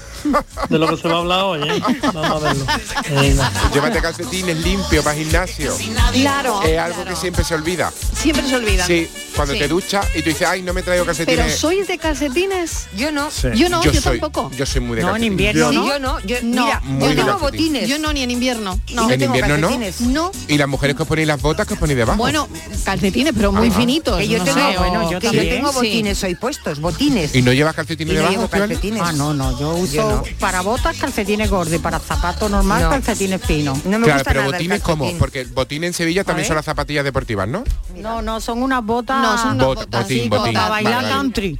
Speaker 11: De lo que se va a hablar hoy, ¿eh? Vamos a verlo. Venga.
Speaker 5: Llévate calcetines limpios para gimnasio.
Speaker 3: Claro,
Speaker 5: Es algo que siempre se olvida.
Speaker 3: Siempre se olvidan.
Speaker 5: Sí, cuando
Speaker 3: Sí.
Speaker 5: te duchas y tú dices, ay, no me traigo calcetines.
Speaker 3: Pero sois de calcetines?
Speaker 8: Yo no.
Speaker 5: Sí.
Speaker 3: Yo no, yo,
Speaker 5: soy-
Speaker 3: tampoco.
Speaker 5: Yo soy muy de calcetines.
Speaker 8: Sí, yo no. Yo, Mira,
Speaker 5: Muy
Speaker 8: yo
Speaker 5: de
Speaker 8: tengo
Speaker 5: calcetines.
Speaker 8: botines.
Speaker 3: Yo no ni en invierno. No.
Speaker 5: ¿En invierno no?
Speaker 3: No.
Speaker 5: ¿Y las mujeres que os ponéis las botas que os ponéis debajo?
Speaker 3: Bueno, calcetines, pero muy
Speaker 5: Ah.
Speaker 3: finitos.
Speaker 8: Que yo
Speaker 3: no
Speaker 8: tengo,
Speaker 3: sé, o-
Speaker 8: bueno, yo
Speaker 3: que
Speaker 8: yo tengo botines
Speaker 3: sí.
Speaker 8: hoy puestos, botines.
Speaker 5: ¿Y no llevas calcetines
Speaker 8: Y no
Speaker 5: debajo?
Speaker 8: llevo
Speaker 5: Estivali?
Speaker 8: calcetines.
Speaker 7: Ah, no, no, yo uso
Speaker 8: Yo no.
Speaker 7: para botas calcetines gordos, y para zapatos normal
Speaker 8: No.
Speaker 7: calcetines finos.
Speaker 8: No me
Speaker 5: claro,
Speaker 8: gusta
Speaker 5: pero
Speaker 8: nada el
Speaker 5: botines como,
Speaker 8: calcetín.
Speaker 5: porque botín en Sevilla también
Speaker 7: ver.
Speaker 5: son las zapatillas deportivas, ¿no?
Speaker 7: No, no, son unas botas.
Speaker 3: No, son unas
Speaker 5: Pues- Bot-
Speaker 3: botas
Speaker 5: botín,
Speaker 3: así, como
Speaker 5: botín.
Speaker 7: para
Speaker 3: tal.
Speaker 7: bailar
Speaker 5: Vale, vale.
Speaker 7: country.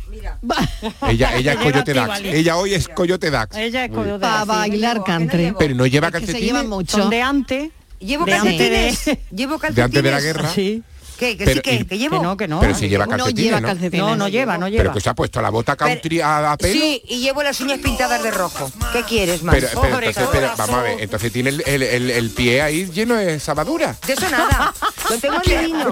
Speaker 5: Ella, ella es Coyote Dax. Ella hoy es Coyote Dax.
Speaker 7: Ella es Coyote
Speaker 3: Para
Speaker 7: Dax.
Speaker 3: bailar country.
Speaker 5: Pero no lleva
Speaker 3: Es que se
Speaker 5: calcetines.
Speaker 3: llevan mucho.
Speaker 7: Son de antes.
Speaker 8: Llevo
Speaker 7: de antes
Speaker 8: calcetines.
Speaker 7: de-
Speaker 8: Llevo calcetines.
Speaker 5: De antes de la guerra.
Speaker 7: Sí.
Speaker 8: ¿Qué? ¿Que sí?
Speaker 5: Pero-
Speaker 8: ¿Que,
Speaker 5: y-
Speaker 8: que llevo?
Speaker 5: Que no, que no. Pero si lleva calcetines, ¿no?
Speaker 7: No, no lleva, no lleva.
Speaker 5: Pero que se ha puesto la bota country a, a pelo.
Speaker 8: Sí, y llevo las uñas pintadas de rojo. ¿Qué quieres más?
Speaker 5: Pero, pero entonces, pero, vamos a ver, entonces tiene el, el- el- el pie ahí lleno de sabadura.
Speaker 8: De eso nada. Lo tengo divino.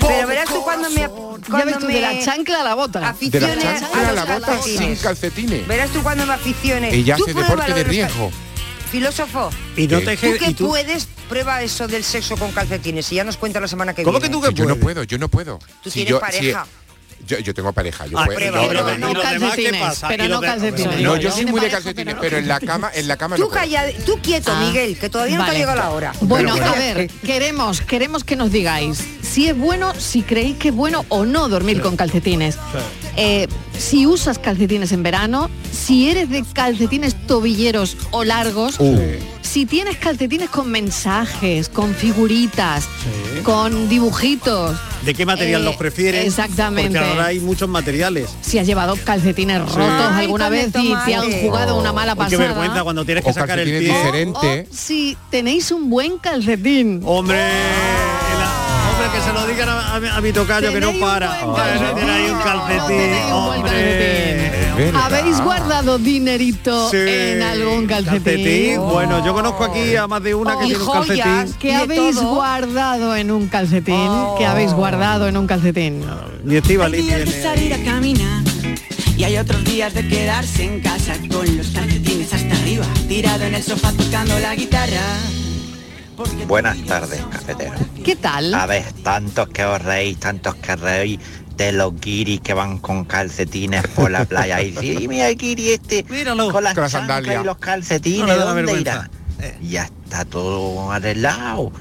Speaker 8: Pero verás tú cuando me...
Speaker 3: Ya
Speaker 8: Cuando
Speaker 3: ves tú,
Speaker 8: me
Speaker 3: de la chancla a la bota.
Speaker 5: De la
Speaker 8: aficione
Speaker 5: chancla a
Speaker 8: los
Speaker 5: la bota sin
Speaker 8: calcetines.
Speaker 5: calcetines.
Speaker 8: Verás tú cuando me aficione.
Speaker 5: Ella
Speaker 8: Tú
Speaker 5: hace
Speaker 8: pruébalo
Speaker 5: deporte de
Speaker 8: los cal-
Speaker 5: riesgo.
Speaker 8: Filósofo.
Speaker 5: Y no te
Speaker 8: ¿Tú
Speaker 5: dejes-
Speaker 8: que
Speaker 5: y tú-
Speaker 8: puedes? Prueba eso del sexo con calcetines. Y ya nos cuenta la semana que
Speaker 5: ¿Cómo que
Speaker 8: viene.
Speaker 5: tú que Yo no puedo, yo no puedo.
Speaker 8: Tú
Speaker 5: Si
Speaker 8: tienes
Speaker 5: yo- si-
Speaker 8: pareja.
Speaker 5: yo, yo tengo pareja, yo
Speaker 8: Ah,
Speaker 5: puedo.
Speaker 8: prueba,
Speaker 5: yo-
Speaker 8: prueba.
Speaker 5: yo-
Speaker 8: No,
Speaker 5: yo-
Speaker 3: calcetines, pero no calcetines.
Speaker 5: No, yo soy
Speaker 3: Tiene
Speaker 5: muy de
Speaker 3: pareja,
Speaker 5: calcetines,
Speaker 3: pero no
Speaker 5: pero en la cama, en la cama
Speaker 8: Tú
Speaker 5: no. puedo.
Speaker 8: calla, tú quieto,
Speaker 3: Ah.
Speaker 8: Miguel, que todavía no te ha
Speaker 3: Vale.
Speaker 8: llegado la hora.
Speaker 3: Bueno, a
Speaker 4: eh.
Speaker 3: ver, queremos, queremos que nos digáis si es bueno, si creéis que es bueno o no dormir con calcetines. Eh, si usas calcetines en verano, si eres de calcetines tobilleros o largos,
Speaker 4: Uh.
Speaker 3: si tienes calcetines con mensajes, con figuritas, con dibujitos.
Speaker 4: ¿De qué material
Speaker 3: Eh,
Speaker 4: los prefieres?
Speaker 3: exactamente.
Speaker 4: Porque ahora hay muchos materiales.
Speaker 3: Si has llevado calcetines rotos
Speaker 4: Ay,
Speaker 3: alguna
Speaker 4: con el
Speaker 3: vez y te han
Speaker 4: tomate.
Speaker 3: jugado una mala
Speaker 4: Ay, qué
Speaker 3: pasada.
Speaker 4: vergüenza cuando tienes que
Speaker 5: O
Speaker 4: sacar el pie.
Speaker 5: calcetines
Speaker 3: Oh,
Speaker 5: diferente.
Speaker 3: Si tenéis un buen calcetín.
Speaker 4: Hombre,
Speaker 3: Ah.
Speaker 4: Hombre, que se lo digan a, a- a mi tocayo que no para. Ay, Tenéis un calcetín, hombre.
Speaker 3: ¿Habéis guardado dinerito
Speaker 4: Sí,
Speaker 3: en algún calcetín? Oh.
Speaker 4: calcetín? Bueno, yo conozco aquí a más de una que
Speaker 3: Y
Speaker 4: tiene un
Speaker 3: joyas
Speaker 4: calcetín. Oh.
Speaker 3: que habéis guardado en un calcetín, que habéis guardado en un calcetín.
Speaker 4: Ni Estíbaliz
Speaker 12: Hay días de
Speaker 4: tiene.
Speaker 12: salir a caminar y hay otros días de quedarse en casa con los calcetines hasta arriba, tirado en el sofá tocando la guitarra.
Speaker 13: Buenas tardes, cafetero.
Speaker 3: ¿Qué tal?
Speaker 13: A ver, tantos que os reís, tantos que reís de los guiris que van con calcetines por la playa. Y sí, y mira el guiri este con las
Speaker 5: con la
Speaker 13: chanclas
Speaker 5: sandalia.
Speaker 13: y los
Speaker 5: No
Speaker 13: calcetines,
Speaker 5: le da
Speaker 13: ¿dónde
Speaker 5: vergüenza.
Speaker 13: irá? Ya está todo arreglado.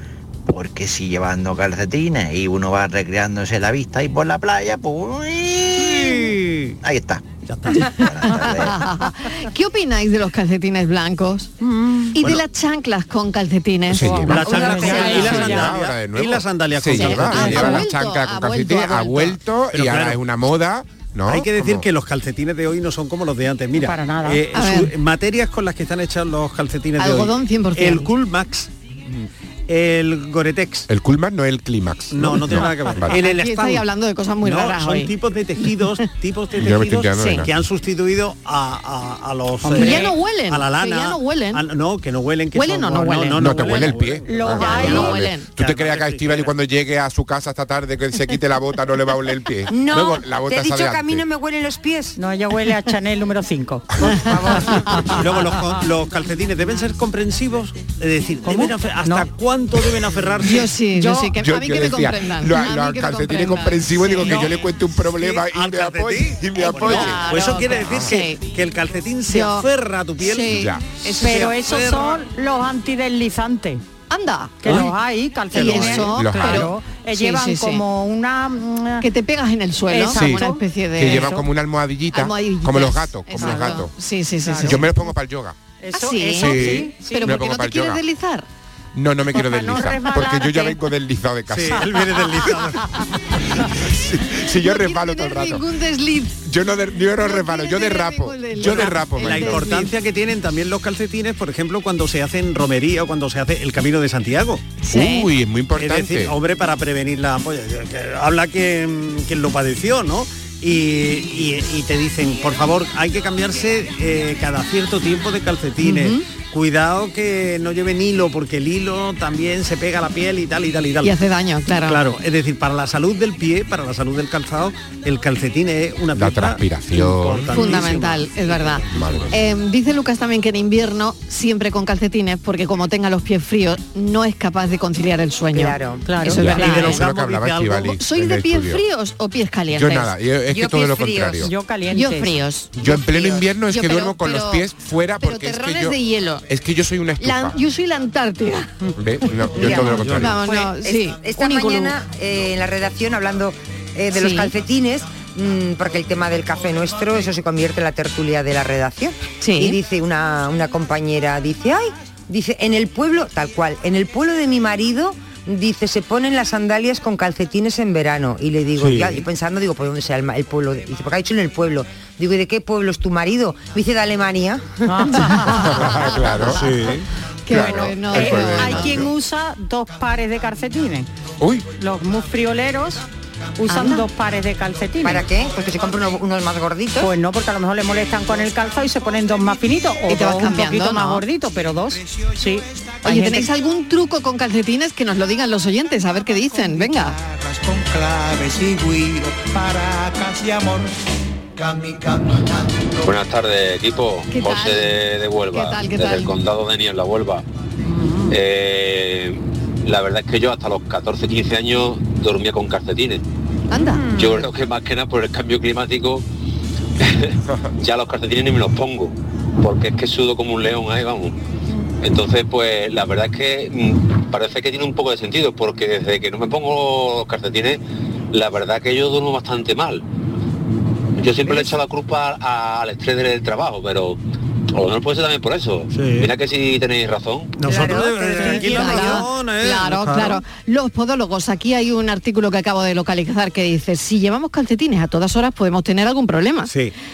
Speaker 13: Porque si llevando calcetines y uno va recreándose la vista y por la playa, pues... Ahí está.
Speaker 3: ¿Qué opináis de los calcetines blancos?
Speaker 7: Mm.
Speaker 3: Y
Speaker 5: Bueno.
Speaker 3: de las chanclas con calcetines.
Speaker 5: Se lleva.
Speaker 4: La chancla con-
Speaker 5: Se
Speaker 4: y la
Speaker 5: lleva
Speaker 4: sandalia-
Speaker 5: ahora de nuevo.
Speaker 4: y la sandalia
Speaker 5: Se
Speaker 4: con
Speaker 5: lleva,
Speaker 4: calcetines.
Speaker 5: se lleva
Speaker 4: Ha
Speaker 5: la
Speaker 4: vuelto,
Speaker 5: chancla
Speaker 4: ha
Speaker 5: con
Speaker 4: vuelto,
Speaker 5: calcetines,
Speaker 4: ha
Speaker 5: ha vuelto
Speaker 4: Pero
Speaker 5: y ahora
Speaker 4: claro.
Speaker 5: es una moda, ¿no?
Speaker 4: Hay que decir
Speaker 5: Como-
Speaker 4: que los calcetines de hoy no son como los de antes. Mira,
Speaker 5: Para nada.
Speaker 4: eh,
Speaker 5: A
Speaker 4: su-
Speaker 5: ver.
Speaker 4: materias con las que están hechos los calcetines
Speaker 3: Algodón
Speaker 4: de hoy.
Speaker 3: 100%.
Speaker 4: El Cool Max, el Goretex.
Speaker 5: El Coolman no es el clímax.
Speaker 4: No, no tiene nada que ver.
Speaker 5: Vale.
Speaker 4: El
Speaker 3: Aquí
Speaker 4: elefante.
Speaker 3: estáis hablando de cosas muy
Speaker 4: No,
Speaker 3: raras
Speaker 4: son
Speaker 3: hoy.
Speaker 4: tipos de tejidos, tipos de
Speaker 5: Ya me estoy
Speaker 4: tejidos
Speaker 5: enterando de nada.
Speaker 4: que han sustituido a, a- a los eh,
Speaker 3: Que ya no huelen,
Speaker 4: a la
Speaker 3: que
Speaker 4: lana,
Speaker 3: ya no huelen.
Speaker 4: a- no, que no huelen, que
Speaker 3: ¿Huelen
Speaker 4: son-
Speaker 3: o no huelen?
Speaker 5: No, te huele el pie.
Speaker 3: Los hay-
Speaker 5: no
Speaker 3: no
Speaker 5: huele.
Speaker 3: huelen.
Speaker 5: ¿Tú te creas que a Estivali cuando llegue a su casa esta tarde que se quite la bota no le va a oler el pie?
Speaker 8: No,
Speaker 5: Luego, la
Speaker 8: te
Speaker 5: bota
Speaker 8: he
Speaker 5: esa
Speaker 8: dicho
Speaker 5: de
Speaker 8: que a mí no
Speaker 5: antes.
Speaker 8: me huelen los pies.
Speaker 7: No, ella huele a Chanel número 5.
Speaker 4: Y luego los, co- los calcetines deben ser comprensivos, es decir, deben afe- hasta cuánto deben aferrarse.
Speaker 3: Yo sí, yo sí, que a mí que me comprendan.
Speaker 5: Lo,
Speaker 3: A mí
Speaker 5: lo
Speaker 3: que me
Speaker 5: calcetines
Speaker 3: comprendan.
Speaker 5: comprensivos, digo que
Speaker 3: No.
Speaker 5: yo le cuente un problema y me apoye. Y me apoye.
Speaker 4: Pues eso quiere decir que, que el calcetín se
Speaker 7: Yo-
Speaker 4: aferra a tu piel.
Speaker 7: Sí.
Speaker 5: Ya.
Speaker 7: Pero
Speaker 4: se
Speaker 7: esos
Speaker 4: aferra.
Speaker 7: son los antideslizantes.
Speaker 3: Anda.
Speaker 7: Que
Speaker 4: Ay.
Speaker 7: los hay, calcetines.
Speaker 3: Y eso, Los hay.
Speaker 7: claro.
Speaker 3: pero-
Speaker 7: eh,
Speaker 3: sí,
Speaker 7: llevan
Speaker 3: sí, sí.
Speaker 7: como una... mm,
Speaker 3: Que te pegas en el suelo,
Speaker 5: Sí.
Speaker 3: como una especie de...
Speaker 5: que llevan como una almohadillita,
Speaker 3: Almohadillitas.
Speaker 5: como los gatos, como los
Speaker 3: Exacto.
Speaker 5: gatos.
Speaker 3: Sí, sí, sí, sí.
Speaker 5: Yo me los pongo para el yoga.
Speaker 3: ¿Ah, sí?
Speaker 5: eso sí, sí.
Speaker 3: Pero
Speaker 5: Me lo
Speaker 3: porque
Speaker 5: pongo para
Speaker 3: no te
Speaker 5: el
Speaker 3: quieres
Speaker 5: yoga.
Speaker 3: deslizar.
Speaker 5: No, no me quiero
Speaker 3: Para no ¿eh?
Speaker 5: deslizar, porque yo ya
Speaker 3: resbalarte.
Speaker 5: vengo deslizado de casa.
Speaker 4: Sí, él viene deslizado.
Speaker 5: si, yo resbalo todo el rato.
Speaker 3: Ningún desliz.
Speaker 5: Yo no, de- yo no resbalo, yo derrapo. Yo derrapo.
Speaker 4: La
Speaker 5: Maite.
Speaker 4: importancia que tienen también los calcetines, por ejemplo, cuando se hacen romería o cuando se hace el Camino de Santiago.
Speaker 5: Sí. Uy, es muy importante.
Speaker 4: Es decir, hombre, para prevenir la ampolla. Que- que Habla quien, quien lo padeció, ¿no? Y, y- y te dicen, por favor, hay que cambiarse eh, cada cierto tiempo de calcetines.
Speaker 3: Ujú.
Speaker 4: Cuidado que no lleven hilo, porque el hilo también se pega a la piel y tal, y tal, y tal.
Speaker 3: Y hace daño, claro.
Speaker 4: Claro, es decir, para la salud del pie, para la salud del calzado, el calcetín es una pieza
Speaker 5: transpiración.
Speaker 3: Fundamental, es verdad.
Speaker 5: Madre mía.
Speaker 3: Eh, dice Lucas también que en invierno siempre con calcetines porque como tenga los pies fríos no es capaz de conciliar el sueño.
Speaker 5: Claro, claro.
Speaker 3: Eso es
Speaker 5: Ya,
Speaker 3: verdad.
Speaker 5: y de los gamos
Speaker 3: ¿eh?
Speaker 5: Eso es lo que hablaba dice algo. Estivali
Speaker 3: ¿Sois
Speaker 5: en
Speaker 3: de
Speaker 5: el
Speaker 3: pies
Speaker 5: estudio.
Speaker 3: fríos o pies calientes?
Speaker 5: Yo nada, yo- es que Yo todo pies lo fríos. contrario. Yo
Speaker 3: caliente. Yo fríos.
Speaker 5: Yo en pleno invierno es
Speaker 3: Yo,
Speaker 5: que
Speaker 3: pero-
Speaker 5: duermo con los
Speaker 3: pero-
Speaker 5: pies fuera
Speaker 3: pero
Speaker 5: porque es que
Speaker 3: terrones
Speaker 5: yo
Speaker 3: de hielo.
Speaker 5: es que yo soy una
Speaker 3: La-
Speaker 5: estufa.
Speaker 3: yo soy la Antártida.
Speaker 5: ¿Ve? No, yo
Speaker 8: Mira,
Speaker 5: todo lo contrario.
Speaker 3: Vamos, no,
Speaker 8: Pues,
Speaker 3: sí.
Speaker 8: es- Esta
Speaker 3: uniculú.
Speaker 8: mañana eh, en la redacción hablando eh, de los
Speaker 3: Sí.
Speaker 8: calcetines, mm, porque el tema del café nuestro, eso se convierte en la tertulia de la redacción. Y dice una, una compañera, dice, ay, dice, en el pueblo, tal cual, en el pueblo de mi marido dice, se ponen las sandalias con calcetines en verano. Y le digo,
Speaker 14: Sí.
Speaker 8: ya, y pensando, digo, ¿por dónde sea el, ma- el pueblo? Dice, porque ha dicho en el pueblo. Digo, ¿y de qué pueblo es tu marido? Me dice, de Alemania.
Speaker 3: Ah.
Speaker 5: claro.
Speaker 7: Qué
Speaker 5: Claro,
Speaker 7: bueno.
Speaker 5: es
Speaker 7: Eh,
Speaker 5: bueno.
Speaker 7: hay quien usa dos pares de calcetines.
Speaker 5: Uy.
Speaker 7: Los mufrioleros usan
Speaker 8: Anda.
Speaker 7: dos pares de calcetines.
Speaker 8: ¿Para qué? Porque se compran uno- unos más gorditos.
Speaker 7: Pues no, porque a lo mejor le molestan con el calzado y se ponen dos más finitos o
Speaker 3: Y te vas
Speaker 7: dos un
Speaker 3: cambiando,
Speaker 7: poquito más
Speaker 3: ¿no?
Speaker 7: gorditos, pero dos. Sí. Hay
Speaker 3: Oye,
Speaker 7: gente
Speaker 3: ¿tenéis algún truco con calcetines que nos lo digan los oyentes? A ver qué dicen, venga.
Speaker 15: con claves y guiro para casi amor. Cami,
Speaker 16: Buenas tardes, equipo.
Speaker 15: ¿Qué tal?
Speaker 16: José de, de Huelva,
Speaker 15: ¿Qué tal, qué
Speaker 16: desde
Speaker 15: tal? Mm.
Speaker 16: el condado de Niebla, Huelva. Eh, la verdad es que yo hasta los 14, 15 años dormía con calcetines.
Speaker 3: Anda.
Speaker 5: Mm.
Speaker 16: Yo creo que más que nada por el cambio climático, ya los calcetines ni me los pongo, porque es que sudo como un león ahí, vamos. Entonces, pues la verdad es que mm, parece que tiene un poco de sentido, porque desde que no me pongo los calcetines, la verdad que yo duermo bastante mal. Yo siempre le he echado la culpa a- al estrés del trabajo, pero a lo mejor puede ser también por eso. Mira que si tenéis razón.
Speaker 4: Dạ,
Speaker 3: Claro, claro, claro. Los podólogos, aquí hay un artículo que acabo de localizar que dice, si llevamos calcetines a todas horas podemos tener algún problema.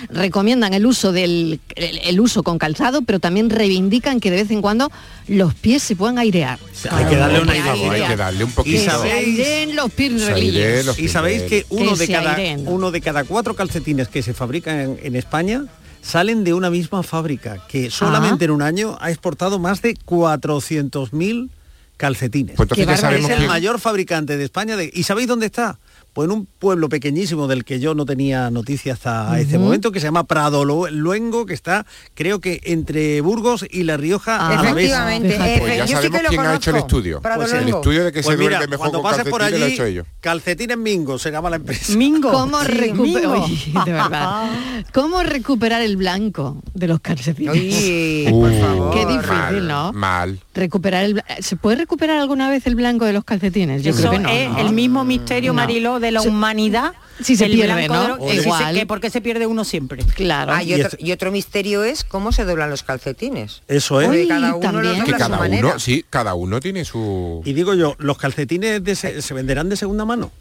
Speaker 3: Recomiendan el uso del el, el uso con calzado, pero también reivindican que de vez en cuando los pies se puedan airear.
Speaker 4: Hay que darle una idea.
Speaker 5: Hay que darle un
Speaker 4: Y
Speaker 5: poquito.
Speaker 3: Se
Speaker 4: sabéis,
Speaker 3: aireen los pies
Speaker 5: aireen los
Speaker 4: y sabéis que uno
Speaker 3: Que
Speaker 4: de
Speaker 3: se
Speaker 4: cada
Speaker 3: aireen.
Speaker 4: uno de cada cuatro calcetines que se fabrican en, en España salen de una misma fábrica que solamente en un año ha exportado más de 400.000 calcetines.
Speaker 5: Pues entonces Qué ya barbaridad. sabemos
Speaker 4: es el
Speaker 5: quién-
Speaker 4: mayor fabricante de España de- y sabéis dónde está. Pues en un pueblo pequeñísimo del que yo no tenía noticia hasta este
Speaker 17: Ujú.
Speaker 4: momento, que se llama Prado Lu- Luengo, que está creo que entre Burgos y La Rioja. a la vez.
Speaker 8: Efectivamente, Fíjate.
Speaker 5: Pues ya sabemos quién ha hecho el estudio.
Speaker 4: Prado
Speaker 5: el
Speaker 4: Luengo.
Speaker 5: estudio de que
Speaker 4: Pues
Speaker 5: se
Speaker 4: mira,
Speaker 5: duerme mejor
Speaker 4: cuando
Speaker 5: con
Speaker 4: pases
Speaker 5: calcetines
Speaker 4: por
Speaker 5: lo ha
Speaker 4: allí,
Speaker 5: hecho ellos.
Speaker 4: Calcetines Mingo se llama la empresa.
Speaker 7: Mingo.
Speaker 3: ¿Cómo, recupe- Oye, de verdad. ¿Cómo recuperar el blanco de los calcetines?
Speaker 5: Uh,
Speaker 3: Qué difícil,
Speaker 5: mal,
Speaker 3: ¿no?
Speaker 5: Mal.
Speaker 3: Recuperar el, bla- eh, ¿Se puede recuperar alguna vez el blanco de los calcetines? Yo
Speaker 7: Eso
Speaker 3: creo que no.
Speaker 7: es
Speaker 3: ¿no?
Speaker 7: el mismo misterio,
Speaker 3: No.
Speaker 7: Mariló, de la
Speaker 3: Se-
Speaker 7: humanidad.
Speaker 3: si se
Speaker 7: Ah, el
Speaker 3: pierde,
Speaker 7: blanco de
Speaker 3: ¿no?
Speaker 7: lo- que eh, si se-
Speaker 3: Igual.
Speaker 7: que ¿Por qué se pierde uno siempre?
Speaker 3: Claro.
Speaker 8: Ah, y,
Speaker 4: Y
Speaker 8: otro,
Speaker 4: esto-
Speaker 8: y otro misterio es cómo se doblan los calcetines.
Speaker 7: Eh,
Speaker 4: Eso es.
Speaker 8: Porque cada uno los dobla
Speaker 5: Que
Speaker 8: a su
Speaker 5: cada
Speaker 8: manera.
Speaker 5: uno, sí, cada uno tiene su.
Speaker 4: Y digo yo, los calcetines de se, se venderán de segunda mano.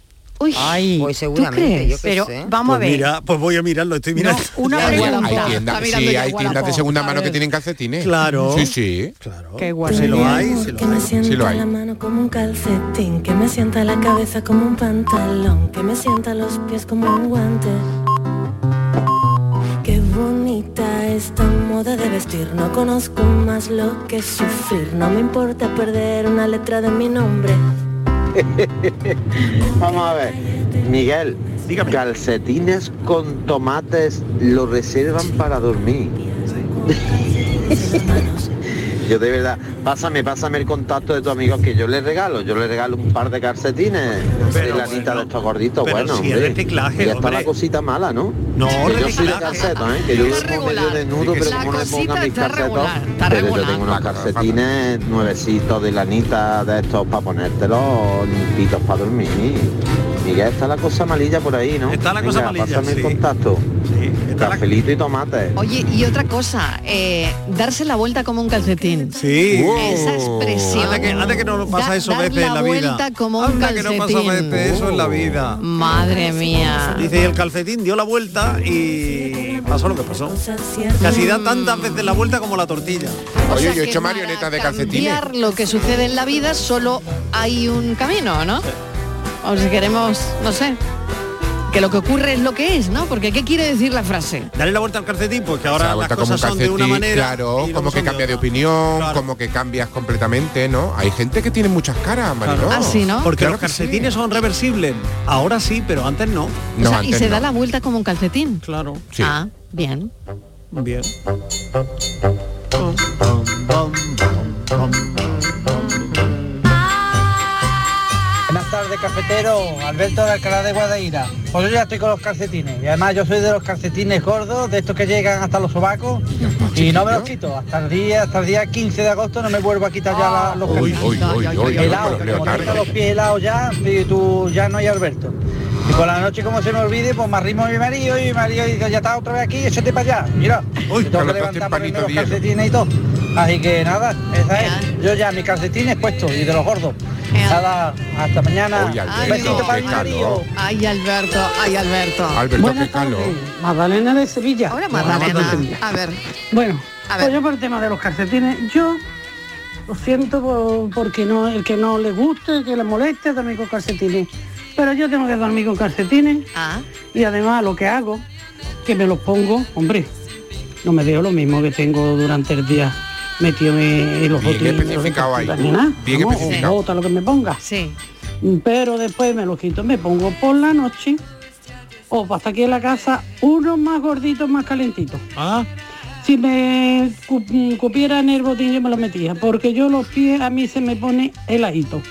Speaker 3: Uy,
Speaker 8: pues seguramente, crees? yo qué
Speaker 7: Pero sé. vamos a
Speaker 4: Pues
Speaker 7: ver.
Speaker 4: Mira, pues voy a mirarlo, estoy mirando.
Speaker 7: una
Speaker 5: Hay
Speaker 7: pregunta.
Speaker 5: tiendas, sí, hay tiendas de segunda mano que tienen calcetines.
Speaker 4: Claro.
Speaker 5: Sí, sí.
Speaker 4: Claro.
Speaker 7: Qué
Speaker 5: guay. Pues Si lo hay, si lo hay.
Speaker 18: sienta
Speaker 5: Sí lo hay.
Speaker 18: la mano como un calcetín, que me sienta la cabeza como un pantalón, que me sienta los pies como un guante. Qué bonita esta moda de vestir, no conozco más lo que sufrir, no me importa perder una letra de mi nombre.
Speaker 10: Vamos a ver. Miguel, calcetines con tomates lo reservan para dormir. Yo de verdad, pásame, pásame el contacto de tu amigo que yo le regalo, yo le regalo un par de calcetines de la anita de estos gorditos,
Speaker 4: pero
Speaker 10: bueno,
Speaker 4: si es
Speaker 10: hombre.
Speaker 4: reciclaje,
Speaker 10: ya está la
Speaker 4: hombre.
Speaker 10: cosita mala, ¿no?
Speaker 4: No,
Speaker 10: que yo soy de
Speaker 4: reciclaje.
Speaker 10: calcetas, ¿eh? que yo duermo medio desnudo, pero como no me pongan mis calcetos, pero yo tengo unos calcetines nuevecitos de lanita de estos para ponértelos, limpitos para dormir. Miguel, está la cosa malilla por ahí, ¿no?
Speaker 4: Está la cosa malilla,
Speaker 10: Pásame
Speaker 4: sí.
Speaker 10: el contacto. Cafelito y tomate.
Speaker 3: Oye, y otra cosa, eh, darse la vuelta como un calcetín.
Speaker 4: Sí.
Speaker 3: Esa expresión.
Speaker 4: Anda que, anda que no nos pasa
Speaker 3: Da-
Speaker 4: eso
Speaker 3: dar
Speaker 4: veces en la vida.
Speaker 3: vuelta como un
Speaker 4: Anda que no pasa
Speaker 3: calcetín.
Speaker 4: veces eso en la vida.
Speaker 3: Madre mía.
Speaker 4: Dice, y el calcetín dio la vuelta y pasó lo que pasó. Casi da tantas veces la vuelta como la tortilla.
Speaker 5: Oye, yo he hecho marionetas de calcetines.
Speaker 3: Cambiar lo que sucede en la vida, solo hay un camino, ¿no? O si queremos, no sé, que lo que ocurre es lo que es, ¿no? Porque ¿qué quiere decir la frase?
Speaker 4: Dale la vuelta al calcetín, porque
Speaker 5: O sea,
Speaker 4: ahora las
Speaker 5: vuelta como
Speaker 4: cosas
Speaker 5: un
Speaker 4: son de
Speaker 5: calcetín,
Speaker 4: una manera.
Speaker 5: claro,
Speaker 4: y luego
Speaker 5: como que
Speaker 4: son de
Speaker 5: cambia de
Speaker 4: otra.
Speaker 5: opinión, como que cambias completamente, ¿no? Hay gente que tiene muchas caras, Mariló.
Speaker 4: Porque
Speaker 5: Claro
Speaker 4: los
Speaker 5: que sí.
Speaker 4: calcetines son reversibles. Ahora sí, pero antes no.
Speaker 5: No,
Speaker 3: o sea, y
Speaker 5: antes
Speaker 3: se
Speaker 5: no.
Speaker 3: da la vuelta como un calcetín.
Speaker 4: Claro.
Speaker 3: Ah, bien.
Speaker 4: Bien.
Speaker 19: Buenas tardes, cafetero. Alberto de Alcalá de Guadaira. Pues yo ya estoy con los calcetines. Y además yo soy de los calcetines gordos, de estos que llegan hasta los sobacos. Y no me los quito. Hasta el día, hasta el día 15 de agosto no me vuelvo a quitar ya la- los
Speaker 5: Uy,
Speaker 19: calcetines.
Speaker 5: uy, uy, uy, uy,
Speaker 19: Helados,
Speaker 5: pero
Speaker 19: como tengo
Speaker 5: tarde.
Speaker 19: los pies helados ya, y tú ya no hay Alberto. Y por la noche, como se me olvide, pues me arrimo a mi marido y mi marido dice, ya está otra vez aquí, échate para allá. Mira,
Speaker 5: uy,
Speaker 19: tengo que
Speaker 5: colocaste el
Speaker 19: levantar, ponerme
Speaker 5: panito
Speaker 19: los
Speaker 5: de hielo.
Speaker 19: calcetines y todo. Así que nada, esa es. Yo ya mis calcetines puestos y de los gordos. Nada, hasta mañana.
Speaker 5: Oye,
Speaker 19: Un besito
Speaker 5: Alberto,
Speaker 19: para
Speaker 5: qué
Speaker 19: el marido.
Speaker 5: calor.
Speaker 3: Ay, Alberto, ay, Alberto.
Speaker 5: Alberto, qué calor.
Speaker 14: Magdalena de Sevilla.
Speaker 3: Ahora Magdalena, a ver.
Speaker 14: Bueno, pues yo por el tema de los calcetines, yo lo siento por- porque no, el que no le guste, que le moleste dormir con calcetines. Pero yo tengo que dormir con calcetines.
Speaker 3: Ah.
Speaker 14: Y además lo que hago, que me los pongo, hombre, no me dejo lo mismo que tengo durante el día metido en, en los
Speaker 5: Bien
Speaker 14: botines, en los
Speaker 5: especificado ahí.
Speaker 14: calcetines, ni nada,
Speaker 5: uh, Bien
Speaker 14: vamos, o
Speaker 5: especificado.
Speaker 14: bota, lo que me ponga.
Speaker 3: Sí.
Speaker 14: Pero después me los quito, me pongo por la noche o hasta aquí en la casa unos más gorditos, más calentitos.
Speaker 5: Ah.
Speaker 14: Si me cu- mm, cupiera en el botín yo me lo metía, porque yo los pies a mí se me pone heladito.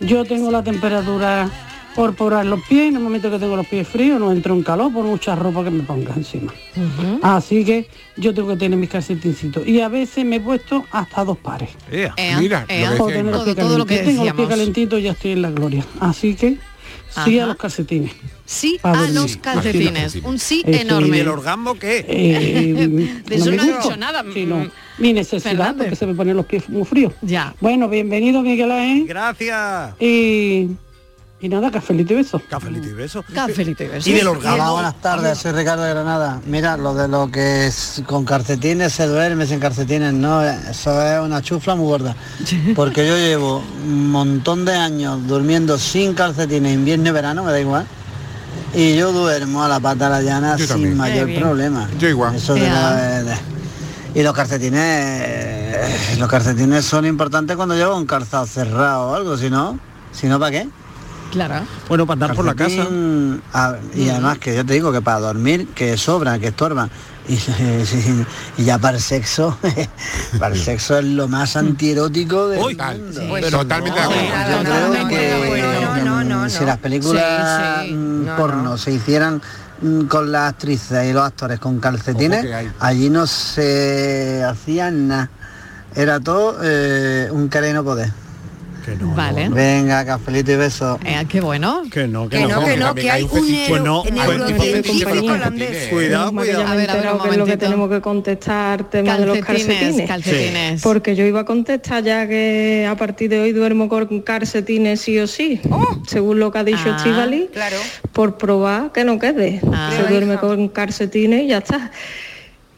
Speaker 14: Yo tengo la temperatura corporal en los pies, en el momento que tengo los pies fríos no entro en calor por mucha ropa que me ponga encima. Así que yo tengo que tener mis calcetincitos. Y a veces me he puesto hasta dos pares.
Speaker 3: Eh,
Speaker 5: Ea, Mira,
Speaker 14: Ea.
Speaker 5: lo
Speaker 14: Por
Speaker 5: que
Speaker 14: tener
Speaker 5: decía-
Speaker 14: los pies calentitos. Tengo los pies calentitos y ya estoy en la gloria. Así que sí
Speaker 3: Ajá.
Speaker 14: a los calcetines.
Speaker 3: Sí
Speaker 14: Pa'
Speaker 3: a
Speaker 14: dormir.
Speaker 3: los calcetines. Un sí
Speaker 14: Eso,
Speaker 3: enorme.
Speaker 14: ¿y del
Speaker 4: orgasmo qué?
Speaker 14: Eh,
Speaker 3: De eso no ha dicho nada. mm,
Speaker 14: Sino mi necesidad, porque se me ponen los pies muy fríos.
Speaker 3: Ya.
Speaker 14: Bueno, bienvenido, Miguel Ángel.
Speaker 4: Gracias.
Speaker 14: Y, y nada, cafelito y beso.
Speaker 4: Cafelito y beso.
Speaker 3: Cafelito y
Speaker 14: Este
Speaker 3: beso.
Speaker 17: Hola, buenas tardes, soy Ricardo de Granada. Mira, lo de lo que es con calcetines se duerme sin calcetines, no, eh, eso es una chufla muy gorda. Porque yo llevo un montón de años durmiendo sin calcetines, invierno y verano, me da igual. Y yo duermo a la pata de la llana
Speaker 5: Yo
Speaker 17: sin
Speaker 5: también. Eh,
Speaker 17: mayor
Speaker 5: bien.
Speaker 17: problema.
Speaker 5: Yo igual.
Speaker 17: Eso de
Speaker 5: Ya.
Speaker 17: la- de- y los calcetines, eh, los calcetines son importantes cuando llevo un calzado cerrado o algo, si no, si no, ¿para qué?
Speaker 3: Claro.
Speaker 4: Bueno, para andar por la casa.
Speaker 17: Calcetín, a- y además que yo te digo que para dormir, que sobra, que estorba. Y, y ya para el sexo, para el sexo es lo más antierótico del mundo.
Speaker 5: Totalmente de acuerdo.
Speaker 17: Yo creo que si las películas
Speaker 5: Sí,
Speaker 17: mm,
Speaker 5: No,
Speaker 17: porno
Speaker 5: no.
Speaker 17: se hicieran mm, con las actrices y los actores con calcetines,
Speaker 5: Ojo que hay.
Speaker 17: allí no se hacían nada. Era todo eh, un querer y no poder.
Speaker 3: Vale.
Speaker 17: Venga, cafelito y beso.
Speaker 3: Eh, qué bueno.
Speaker 4: Que no,
Speaker 17: Que no, que no, que hay un
Speaker 4: Pues
Speaker 17: euro-
Speaker 4: no, hay un
Speaker 17: neurocientífico
Speaker 4: calcetín que-
Speaker 17: holandés.
Speaker 4: Cuidado,
Speaker 20: Menos mal que
Speaker 4: cuidado.
Speaker 20: ya me he enterado que es lo que tenemos que contestar tema de los
Speaker 3: Calcetines,
Speaker 20: calcetines.
Speaker 3: calcetines. Sí.
Speaker 20: Porque yo iba a contestar ya que a partir de hoy duermo con calcetines sí o sí,
Speaker 4: Oh.
Speaker 20: según lo que ha dicho
Speaker 21: Ah,
Speaker 20: Estivali,
Speaker 21: claro.
Speaker 20: por probar que no quede. Se duerme con calcetines y ya está.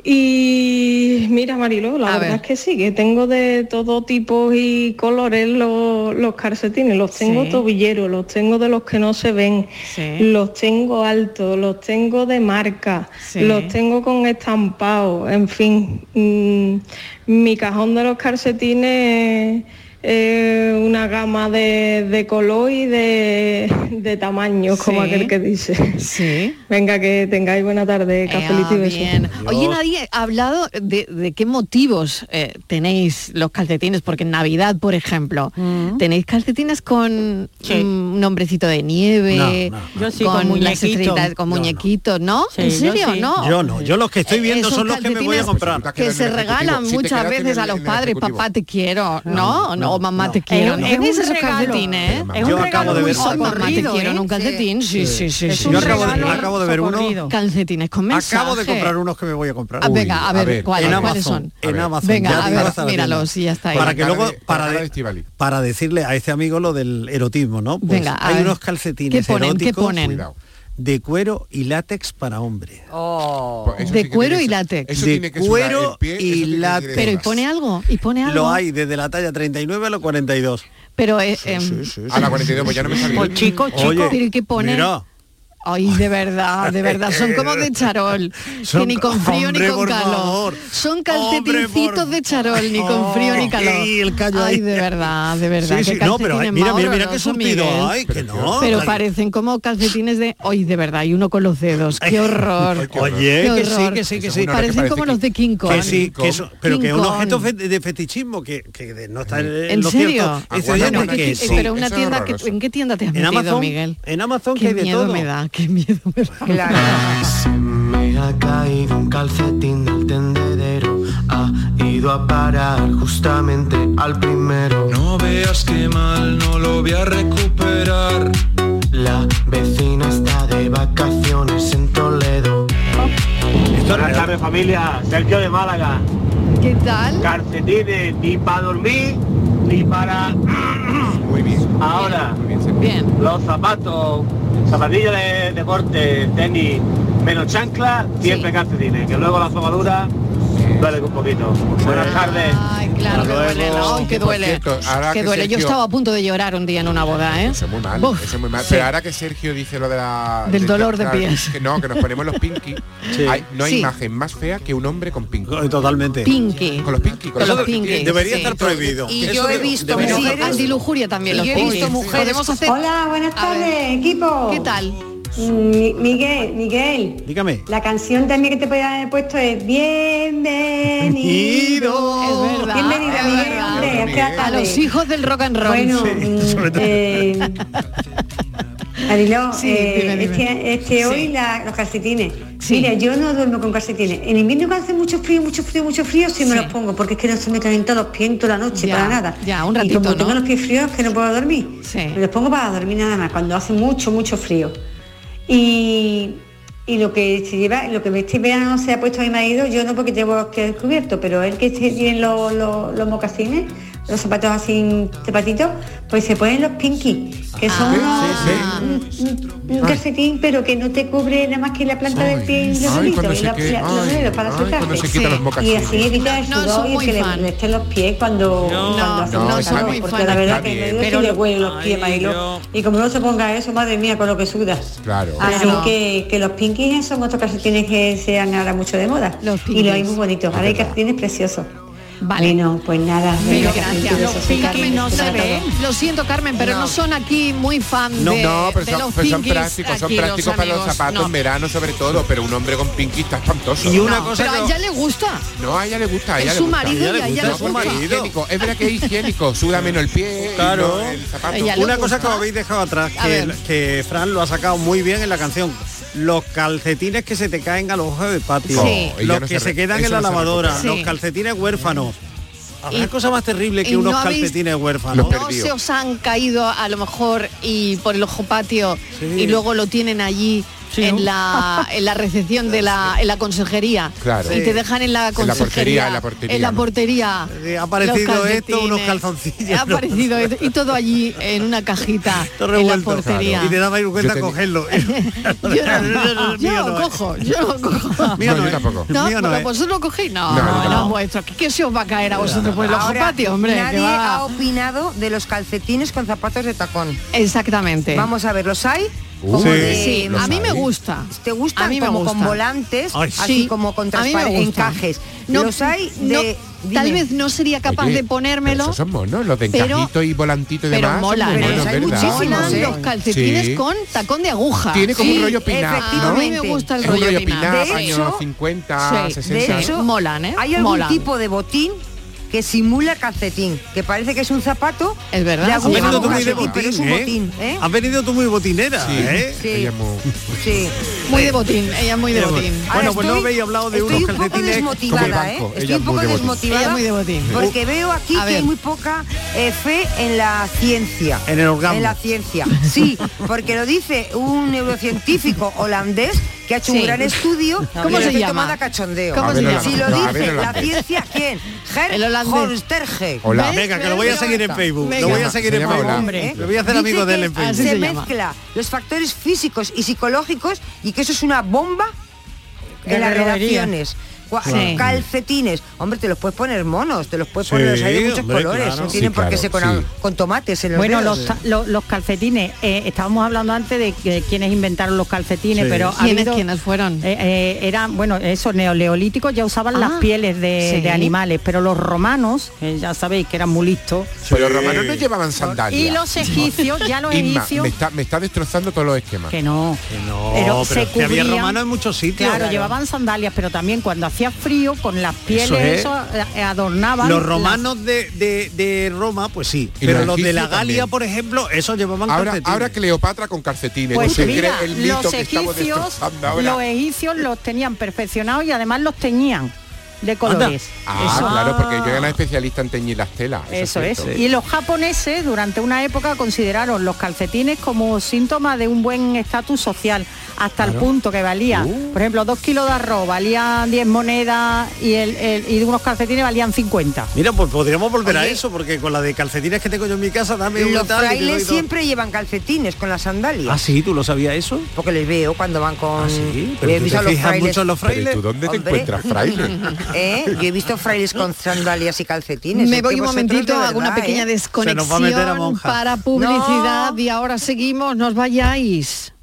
Speaker 20: Y mira Marilo, la verdad es que sí, que tengo de todo tipo y colores los, los calcetines, los tengo
Speaker 21: Sí.
Speaker 20: tobilleros, los tengo de los que no se ven,
Speaker 21: Sí.
Speaker 20: los tengo altos, los tengo de marca,
Speaker 21: Sí.
Speaker 20: los tengo con estampado, en fin, mm, mi cajón de los calcetines eh, una gama de, de color y de, de tamaño, como
Speaker 3: Sí.
Speaker 20: aquel que dice.
Speaker 3: Sí.
Speaker 20: Venga, que tengáis buena tarde, cafelito y besos.
Speaker 3: Eh, bien. Oye, nadie ha hablado de, de qué motivos eh, tenéis los calcetines, porque en Navidad, por ejemplo,
Speaker 20: Mm.
Speaker 3: tenéis calcetines con
Speaker 21: Sí.
Speaker 3: mm, un hombrecito de nieve,
Speaker 4: No, no,
Speaker 20: no. Yo sí,
Speaker 3: con,
Speaker 20: con
Speaker 3: las
Speaker 20: muñequito.
Speaker 3: estrellitas, con
Speaker 20: Yo no.
Speaker 3: muñequitos, ¿no?
Speaker 20: Sí,
Speaker 3: ¿En
Speaker 20: yo
Speaker 3: serio?
Speaker 20: sí.
Speaker 3: No.
Speaker 4: Yo pues, no, Eh, yo los que estoy viendo son los que me voy a
Speaker 3: calcetines
Speaker 4: comprar.
Speaker 3: Que se regalan muchas veces a los padres, papá te quiero, ¿no, no, o mamá te quiero.
Speaker 4: Es
Speaker 3: ¿No
Speaker 4: un-
Speaker 3: tenéis
Speaker 4: es un
Speaker 3: esos
Speaker 4: regalo.
Speaker 3: calcetines?
Speaker 4: Pero, mamá, Yo acabo de ver-
Speaker 3: Oh, mamá te
Speaker 4: socorrido,
Speaker 3: quiero en
Speaker 4: ¿eh?
Speaker 3: un calcetín. Sí, sí, sí.
Speaker 4: Es
Speaker 3: sí,
Speaker 4: un
Speaker 3: sí.
Speaker 4: regalo Yo acabo de- acabo de ver uno. socorrido.
Speaker 3: Calcetines con mensaje.
Speaker 4: Acabo de comprar unos que me voy a comprar.
Speaker 3: Ah, venga, a ver, ¿cuáles-
Speaker 4: en
Speaker 3: cuáles
Speaker 4: Amazon,
Speaker 3: son?
Speaker 4: En
Speaker 3: A ver.
Speaker 4: Amazon.
Speaker 3: Venga,
Speaker 4: ya
Speaker 3: a
Speaker 4: digo
Speaker 3: ver,
Speaker 4: hasta la
Speaker 3: míralos
Speaker 4: tienda.
Speaker 3: y ya está ahí.
Speaker 4: Para que
Speaker 3: Con la
Speaker 4: luego,
Speaker 3: cara de-
Speaker 4: para,
Speaker 3: con la cara de
Speaker 4: de- para decirle a este amigo lo del erotismo, ¿no? Pues
Speaker 3: Venga, a
Speaker 4: hay
Speaker 3: ver.
Speaker 4: unos calcetines
Speaker 3: ¿Qué ponen? ¿Qué
Speaker 4: eróticos
Speaker 3: ponen?
Speaker 4: Cuidado. de cuero y látex para hombre.
Speaker 3: de cuero y látex.
Speaker 4: eso De tiene que sudar cuero el pie, y eso tiene que ir látex.
Speaker 3: Pero ¿y pone algo? ¿Y pone algo?
Speaker 4: Lo hay desde la talla 39 a los 42.
Speaker 3: Pero eh, em,
Speaker 5: A la 42, pues ya no me salía.
Speaker 4: Pues chico, chico.
Speaker 3: Oye, pero ¿y qué pone?
Speaker 4: mira.
Speaker 3: Ay, de verdad, de verdad, son como de charol, que
Speaker 4: Son-
Speaker 3: ni con frío
Speaker 4: hombre,
Speaker 3: ni con
Speaker 4: por
Speaker 3: calor.
Speaker 4: favor.
Speaker 3: Son calcetincitos de charol, ni con frío ni calor.
Speaker 4: y el callo
Speaker 3: Ay,
Speaker 4: ahí.
Speaker 3: de verdad, de verdad.
Speaker 4: Sí,
Speaker 3: qué
Speaker 4: sí, no, pero
Speaker 3: calcetines
Speaker 4: mira,
Speaker 3: más
Speaker 4: mira, mira qué
Speaker 3: horrorosos,
Speaker 4: surtido
Speaker 3: Miguel.
Speaker 4: hay, que no.
Speaker 3: Pero
Speaker 4: Claro.
Speaker 3: parecen como calcetines de. Ay, de verdad, y uno con los dedos. Qué horror.
Speaker 4: Oye,
Speaker 3: Qué
Speaker 4: que sí,
Speaker 3: horror.
Speaker 4: que sí, que sí.
Speaker 3: Parecen como los de King Kong.
Speaker 4: Que sí, que eso- pero que es un
Speaker 3: King Kong.
Speaker 4: objeto fe- de fetichismo que, que de- no está en,
Speaker 3: ¿En
Speaker 4: Eh, lo
Speaker 3: serio?
Speaker 4: cierto. Dice, oye,
Speaker 3: Bueno,
Speaker 4: ¿por qué?
Speaker 3: eh,
Speaker 4: Sí.
Speaker 3: pero una tienda, que, ¿en qué tienda te has
Speaker 4: En
Speaker 3: metido,
Speaker 4: Amazon,
Speaker 3: Miguel?
Speaker 4: en Amazon que
Speaker 3: qué
Speaker 4: hay de
Speaker 3: miedo
Speaker 4: todo.
Speaker 3: me da, qué miedo me da.
Speaker 20: Se
Speaker 21: me ha caído un calcetín del tendedero Ha ido a parar justamente al primero No veas que mal, no lo voy a recuperar La vecina está de vacaciones en Toledo
Speaker 22: Buenas tardes familia, Sergio de Málaga.
Speaker 3: ¿Qué tal?
Speaker 23: Calcetines, ni para dormir, ni para... Muy bien. Ahora,
Speaker 3: Bien.
Speaker 23: los zapatos, zapatillas de deporte, tenis, menos chancla, siempre calcetines, que luego la somadura duele un poquito. Buenas tardes.
Speaker 3: Ay, claro, que duele, ¿no? Que duele.
Speaker 5: Cierto, ahora
Speaker 3: que
Speaker 5: que
Speaker 3: duele. Yo
Speaker 5: Sergio-
Speaker 3: estaba a punto de llorar un día en una boda, ¿eh?
Speaker 5: Eso es muy mal,
Speaker 3: Buf,
Speaker 5: eso es muy mal.
Speaker 3: sí.
Speaker 5: Pero ahora que Sergio dice lo de la...
Speaker 3: Del dolor de
Speaker 5: la-
Speaker 3: pies.
Speaker 5: que no, que nos ponemos los pinky. Hay- no hay
Speaker 3: Sí.
Speaker 5: imagen más fea que un hombre con pinky.
Speaker 4: Totalmente.
Speaker 3: Pinky.
Speaker 5: Con los pinky.
Speaker 3: Con los pinky,
Speaker 4: debería sí. estar prohibido.
Speaker 3: Y yo he visto mujeres... Antilujuria también los
Speaker 24: yo he visto
Speaker 3: pinkies.
Speaker 24: mujeres-
Speaker 3: Podemos hacer...
Speaker 24: Hola, buenas
Speaker 3: A ver.
Speaker 24: tardes, equipo.
Speaker 3: ¿Qué tal?
Speaker 24: Mi- Miguel, Miguel,
Speaker 4: Dígame.
Speaker 24: la canción también que te podía haber puesto es Bienvenido.
Speaker 3: Es verdad,
Speaker 24: Bienvenido,
Speaker 3: es
Speaker 24: Miguel,
Speaker 3: verdad.
Speaker 24: hombre, espérate.
Speaker 3: A los hijos del rock and roll.
Speaker 24: Bueno, mm, eh, Mariló,
Speaker 3: Sí,
Speaker 24: eh,
Speaker 3: dime, dime.
Speaker 24: es que, es que
Speaker 3: Sí.
Speaker 24: hoy la- los calcetines. Mira, yo no duermo con calcetines. En invierno que hace mucho frío, mucho frío, mucho frío, sí, me los pongo, porque es que no se me calentan los pies en toda la noche,
Speaker 3: Ya,
Speaker 24: para nada.
Speaker 3: ya, un
Speaker 24: Y
Speaker 3: ratito,
Speaker 24: como
Speaker 3: ¿no?
Speaker 24: tengo los pies fríos, es que no puedo dormir. Me los pongo para dormir nada más, cuando hace mucho, mucho frío. Y, y lo que se lleva, lo que este verano se ha puesto mi marido, yo no porque llevo que descubierto, pero él que se- tiene los, los, los mocasines, los zapatos así zapatitos, pues se ponen los pinky, que son
Speaker 3: Ah.
Speaker 24: unos- un- un, un calcetín, pero que no te cubre nada más que la planta del pie y los
Speaker 5: Ah. ay,
Speaker 24: deditos,
Speaker 5: cuando
Speaker 24: y
Speaker 5: se
Speaker 24: la-
Speaker 5: que-
Speaker 24: la- los
Speaker 5: ay,
Speaker 24: dedos para
Speaker 5: ay,
Speaker 24: secarte.
Speaker 5: cuando se quitan los
Speaker 24: Y
Speaker 5: mocasines.
Speaker 24: así evita el
Speaker 3: No,
Speaker 24: sudor
Speaker 3: soy
Speaker 24: y
Speaker 3: muy
Speaker 24: que le
Speaker 3: fan.
Speaker 24: molesten los pies cuando,
Speaker 3: No,
Speaker 24: cuando hace
Speaker 3: no,
Speaker 24: mucho
Speaker 3: soy
Speaker 24: calor,
Speaker 3: muy
Speaker 24: porque
Speaker 3: fan.
Speaker 24: la verdad
Speaker 3: Está
Speaker 24: que
Speaker 3: bien.
Speaker 24: no
Speaker 3: Pero-
Speaker 24: le huelen los pies,
Speaker 3: Ay,
Speaker 24: Mariló.
Speaker 3: Dios. Ah,
Speaker 24: Y como no se ponga eso, madre mía, con lo que sudas.
Speaker 5: Claro.
Speaker 24: Así
Speaker 3: Claro.
Speaker 24: que, que los pinkies son otros calcetines que se han ahora mucho de moda. y
Speaker 3: pinkies.
Speaker 24: los hay muy bonitos. Ahora hay calcetines preciosos.
Speaker 3: Vale.
Speaker 24: Bueno, pues nada.
Speaker 3: Pero
Speaker 24: venga,
Speaker 3: gracias.
Speaker 24: besitos,
Speaker 3: Los
Speaker 24: besos,
Speaker 3: pinkies
Speaker 24: Carmen,
Speaker 3: no
Speaker 24: para
Speaker 3: se ven.
Speaker 24: todos.
Speaker 3: Lo siento, Carmen, pero no, son aquí muy fan
Speaker 5: No,
Speaker 3: de,
Speaker 5: no, pero
Speaker 3: de
Speaker 5: son,
Speaker 3: los
Speaker 5: pero son
Speaker 3: pinkies
Speaker 5: prácticos, son
Speaker 3: aquí, los
Speaker 5: prácticos para los
Speaker 3: amigos.
Speaker 5: zapatos
Speaker 3: No.
Speaker 5: en verano sobre todo, pero un hombre con pinky está espantoso.
Speaker 4: Y una
Speaker 3: No, pero a ella le gusta.
Speaker 5: No, a ella le gusta, a
Speaker 3: Es
Speaker 5: ella
Speaker 3: su
Speaker 5: le gusta.
Speaker 3: marido y a ella le
Speaker 5: No, porque
Speaker 3: gusta.
Speaker 5: es higiénico, es verdad que es higiénico, suda menos el pie,
Speaker 4: Claro.
Speaker 5: no el zapato.
Speaker 4: Una cosa que habéis dejado atrás,
Speaker 5: A
Speaker 4: que,
Speaker 5: ver.
Speaker 4: que Fran lo ha sacado muy bien en la canción. Los calcetines que se te caen a los ojos del patio.
Speaker 5: No, Sí. ella
Speaker 4: Los
Speaker 5: no
Speaker 4: que
Speaker 5: se
Speaker 4: se
Speaker 5: re-
Speaker 4: quedan
Speaker 5: eso
Speaker 4: en la
Speaker 5: no se
Speaker 4: lavadora.
Speaker 5: recupera.
Speaker 4: Los
Speaker 5: Sí.
Speaker 4: calcetines huérfanos. Habrá
Speaker 3: Y-
Speaker 4: cosa más terrible
Speaker 3: y
Speaker 4: que unos
Speaker 3: no habéis-
Speaker 4: calcetines
Speaker 5: Los
Speaker 4: huérfanos.
Speaker 3: Ah, No se os han caído a lo mejor y por el ojo patio
Speaker 4: Sí.
Speaker 3: y luego lo tienen allí en, la, en la recepción de la, en la consejería
Speaker 5: Claro.
Speaker 3: y
Speaker 5: Sí.
Speaker 3: te dejan en la
Speaker 5: En la portería,
Speaker 3: consejería
Speaker 5: en la portería,
Speaker 3: en la
Speaker 5: ¿no?
Speaker 3: portería.
Speaker 4: ha aparecido
Speaker 3: los
Speaker 4: esto, unos
Speaker 3: calcetines.
Speaker 4: calzoncillos.
Speaker 3: ha aparecido esto, y todo allí en una cajita
Speaker 4: Todo
Speaker 3: en la
Speaker 4: revuelto.
Speaker 3: portería
Speaker 4: Y te daba vergüenza
Speaker 5: Yo tenía-
Speaker 4: cogerlo.
Speaker 3: yo, no- eh. yo lo cojo yo lo cojo
Speaker 4: Mío no es.
Speaker 5: tampoco.
Speaker 3: no,
Speaker 8: pues
Speaker 4: Mío no ¿eh?
Speaker 3: pero
Speaker 4: es.
Speaker 3: vosotros lo cogéis no
Speaker 5: No, yo
Speaker 3: no,
Speaker 5: tampoco.
Speaker 3: vuestro ¿qué, qué se os va a caer a vosotros por el ojo
Speaker 8: Ahora,
Speaker 3: patio hombre que
Speaker 8: nadie
Speaker 3: va.
Speaker 8: ha opinado de los calcetines con zapatos de tacón.
Speaker 3: exactamente
Speaker 8: Vamos a ver, ¿los hay?
Speaker 3: Uh,
Speaker 8: Como
Speaker 3: sí.
Speaker 8: de-
Speaker 3: Sí, a mí me gusta.
Speaker 8: ¿Te gustan
Speaker 3: A mí me
Speaker 8: como con
Speaker 3: gusta.
Speaker 8: volantes,
Speaker 3: Ay,
Speaker 8: así
Speaker 3: sí.
Speaker 8: como con
Speaker 3: A mí me
Speaker 8: transpar-
Speaker 3: gusta.
Speaker 8: encajes?
Speaker 3: No,
Speaker 8: ¿Los hay
Speaker 3: no,
Speaker 8: de...?
Speaker 3: tal
Speaker 8: dime.
Speaker 3: vez no sería capaz
Speaker 5: Oye,
Speaker 3: de
Speaker 5: pero
Speaker 3: ponérmelo.
Speaker 5: Esos son monos, los de
Speaker 3: pero-
Speaker 5: encajito y volantito y
Speaker 3: pero
Speaker 5: demás. son
Speaker 3: molan,
Speaker 5: muy
Speaker 3: ¿eh?
Speaker 5: buenos,
Speaker 3: Hay
Speaker 5: ¿verdad?
Speaker 3: muchísimos,
Speaker 5: Sí.
Speaker 3: Los calcetines
Speaker 5: Sí.
Speaker 3: con tacón de aguja.
Speaker 5: Tiene como un rollo piná, ¿no?
Speaker 3: A mí me gusta el
Speaker 5: Es un
Speaker 3: rollo,
Speaker 5: rollo
Speaker 3: piná.
Speaker 5: piná,
Speaker 8: De
Speaker 5: años
Speaker 8: hecho-
Speaker 5: 50,
Speaker 3: Sí,
Speaker 5: 60.
Speaker 8: de hecho,
Speaker 3: molan, ¿eh?
Speaker 8: Hay algún
Speaker 3: Molan.
Speaker 8: tipo de botín que simula calcetín, que parece que es un zapato.
Speaker 3: Es verdad.
Speaker 8: de
Speaker 4: Has
Speaker 8: aguja
Speaker 4: venido
Speaker 8: o
Speaker 4: tú muy de
Speaker 8: calcetín, pero es un
Speaker 4: botín,
Speaker 8: botín,
Speaker 4: ¿eh?
Speaker 8: ¿eh?
Speaker 4: Has venido tú muy botinera,
Speaker 5: Sí,
Speaker 4: ¿eh?
Speaker 8: Sí.
Speaker 5: ella muy-
Speaker 8: Sí.
Speaker 3: Muy de botín, ella muy de
Speaker 4: Ella muy-
Speaker 3: botín.
Speaker 4: Bueno, pues no habéis hablado de
Speaker 8: estoy
Speaker 4: unos
Speaker 8: un poco
Speaker 4: calcetines
Speaker 5: como el
Speaker 8: desmotivada, ¿eh?
Speaker 5: banco,
Speaker 8: Estoy
Speaker 5: ella
Speaker 8: un
Speaker 5: muy
Speaker 8: poco
Speaker 5: de botín.
Speaker 3: Ella
Speaker 8: desmotivada
Speaker 3: muy de botín. Uh.
Speaker 8: porque veo aquí
Speaker 3: A
Speaker 8: que hay
Speaker 3: ver.
Speaker 8: muy poca eh, fe en la ciencia.
Speaker 4: En el orgasmo.
Speaker 8: En la ciencia, sí, porque lo dice un neurocientífico holandés que ha hecho
Speaker 3: Sí.
Speaker 8: un gran estudio
Speaker 3: ¿Cómo
Speaker 8: y
Speaker 3: se
Speaker 8: estoy
Speaker 3: llama?
Speaker 8: tomada cachondeo.
Speaker 3: ¿Cómo
Speaker 5: A se ver, llama?
Speaker 8: Si lo
Speaker 5: holandés. No, a
Speaker 8: dice
Speaker 5: ver,
Speaker 8: la
Speaker 5: holandés.
Speaker 8: ciencia, ¿quién?
Speaker 3: El
Speaker 8: Ger
Speaker 3: holandés.
Speaker 8: Horsterge.
Speaker 5: Hola.
Speaker 4: Venga, que lo voy a seguir en Facebook.
Speaker 3: Venga.
Speaker 4: Lo voy a seguir
Speaker 5: Se
Speaker 4: en
Speaker 5: llama
Speaker 4: Facebook.
Speaker 5: Hombre.
Speaker 4: Me voy a hacer
Speaker 8: Dice
Speaker 4: amigo de él
Speaker 8: que
Speaker 4: en Facebook.
Speaker 3: Así
Speaker 8: se,
Speaker 3: se llama.
Speaker 8: mezcla los factores físicos y psicológicos y que eso es una bomba
Speaker 7: De
Speaker 8: en las
Speaker 7: relojería.
Speaker 8: relaciones. Gua-
Speaker 3: Sí.
Speaker 8: Calcetines. Hombre, te los puedes poner monos, te los puedes
Speaker 4: Sí,
Speaker 8: poner, o sea, hay de muchos
Speaker 4: hombre,
Speaker 8: colores,
Speaker 4: claro.
Speaker 8: no tienen
Speaker 5: Sí,
Speaker 8: por qué
Speaker 5: claro,
Speaker 8: ser con,
Speaker 5: sí.
Speaker 8: con tomates en los
Speaker 7: Bueno,
Speaker 8: dedos.
Speaker 7: los, ta- lo- los calcetines, eh, estábamos hablando antes de que- quienes inventaron los calcetines,
Speaker 4: Sí.
Speaker 7: pero ha
Speaker 3: ¿Quiénes,
Speaker 7: habido-
Speaker 3: quiénes fueron?
Speaker 7: eh, eh, eran, bueno, esos neoleolíticos ya usaban
Speaker 3: Ah,
Speaker 7: las pieles de,
Speaker 3: sí.
Speaker 7: de animales, pero los romanos, eh, ya sabéis que eran muy listos,
Speaker 5: Pero los romanos no llevaban sandalias.
Speaker 7: y los egipcios, ya
Speaker 5: Ah,
Speaker 7: los
Speaker 5: Inma,
Speaker 7: egipcios,
Speaker 5: me está, me está destrozando todos los esquemas.
Speaker 7: que no,
Speaker 4: No,
Speaker 7: pero
Speaker 4: pero,
Speaker 7: se
Speaker 4: es que había
Speaker 7: cubrían-
Speaker 4: romanos en muchos sitios.
Speaker 7: Claro, llevaban sandalias, pero también cuando hacía frío, con las pieles
Speaker 4: Eso es.
Speaker 7: eso, eh, adornaban.
Speaker 4: Los
Speaker 7: las-
Speaker 4: romanos de, de- de Roma, pues sí.
Speaker 5: Y
Speaker 4: Pero
Speaker 5: los
Speaker 4: los de la
Speaker 5: egipcios
Speaker 4: Galia,
Speaker 5: también.
Speaker 4: por ejemplo, esos llevaban
Speaker 5: Ahora,
Speaker 4: calcetines.
Speaker 5: ahora Cleopatra con calcetines.
Speaker 7: Pues
Speaker 5: ¿no se
Speaker 7: mira,
Speaker 5: cree el mito
Speaker 7: los
Speaker 5: que estamos
Speaker 7: egipcios,
Speaker 5: destrozando ahora?
Speaker 7: los egipcios los tenían perfeccionados y además los teñían de colores.
Speaker 5: Ah,
Speaker 7: Eso-
Speaker 5: claro, porque yo era una especialista en teñir las telas.
Speaker 7: Eso es.
Speaker 5: cierto.
Speaker 7: Y los japoneses durante una época consideraron los calcetines como síntoma de un buen estatus social. hasta el punto que valía,
Speaker 5: Uh.
Speaker 7: por ejemplo, dos kilos de arroz valían 10 monedas y, el, el- y unos calcetines valían 50.
Speaker 4: Mira, pues podríamos volver a
Speaker 7: Oye.
Speaker 4: eso, porque con la de calcetines que tengo yo en mi casa, dame una
Speaker 8: Los
Speaker 4: tal. y te doy
Speaker 8: frailes
Speaker 4: dos.
Speaker 8: siempre llevan calcetines con las sandalias.
Speaker 4: Ah, sí, tú lo sabías eso. Ah,
Speaker 8: Porque les veo cuando van con.
Speaker 4: Pero
Speaker 8: Yo he
Speaker 4: tú
Speaker 8: visto
Speaker 4: te
Speaker 8: a los
Speaker 4: fijas
Speaker 8: frailes-
Speaker 4: mucho en los frailes.
Speaker 5: ¿Pero y tú dónde te encuentras frailes?
Speaker 8: ¿Eh? Yo he visto frailes con sandalias y calcetines.
Speaker 3: Me
Speaker 8: Es
Speaker 3: voy
Speaker 8: que
Speaker 3: un
Speaker 8: vosotros de
Speaker 3: momentito, hago una
Speaker 8: verdad,
Speaker 3: pequeña
Speaker 8: ¿eh?
Speaker 3: desconexión para publicidad y ahora seguimos, nos vayáis.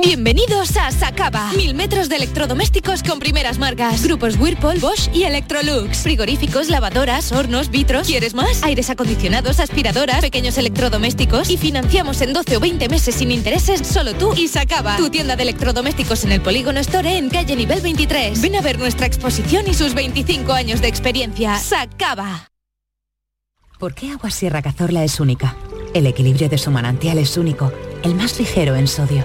Speaker 25: Bienvenidos a Sacaba. Mil metros de electrodomésticos con primeras marcas. Grupos Whirlpool, Bosch y Electrolux. Frigoríficos, lavadoras, hornos, vitros. ¿Quieres más? Aires acondicionados, aspiradoras, pequeños electrodomésticos. Y financiamos en 12 o 20 meses sin intereses solo tú y Sacaba. Tu tienda de electrodomésticos en el Polígono Store en calle nivel 23. Ven a ver nuestra exposición y sus 25 años de experiencia. Sacaba.
Speaker 26: ¿Por qué Agua Sierra Cazorla es única? El equilibrio de su manantial es único, el más ligero en sodio,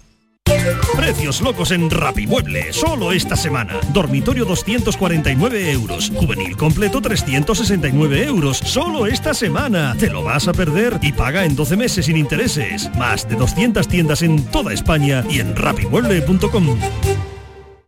Speaker 27: Precios locos en Rapimueble, solo esta semana. Dormitorio 249 euros, juvenil completo 369 euros, solo esta semana. Te lo vas a perder y paga en 12 meses sin intereses. Más de 200 tiendas en toda España y en rapimueble.com.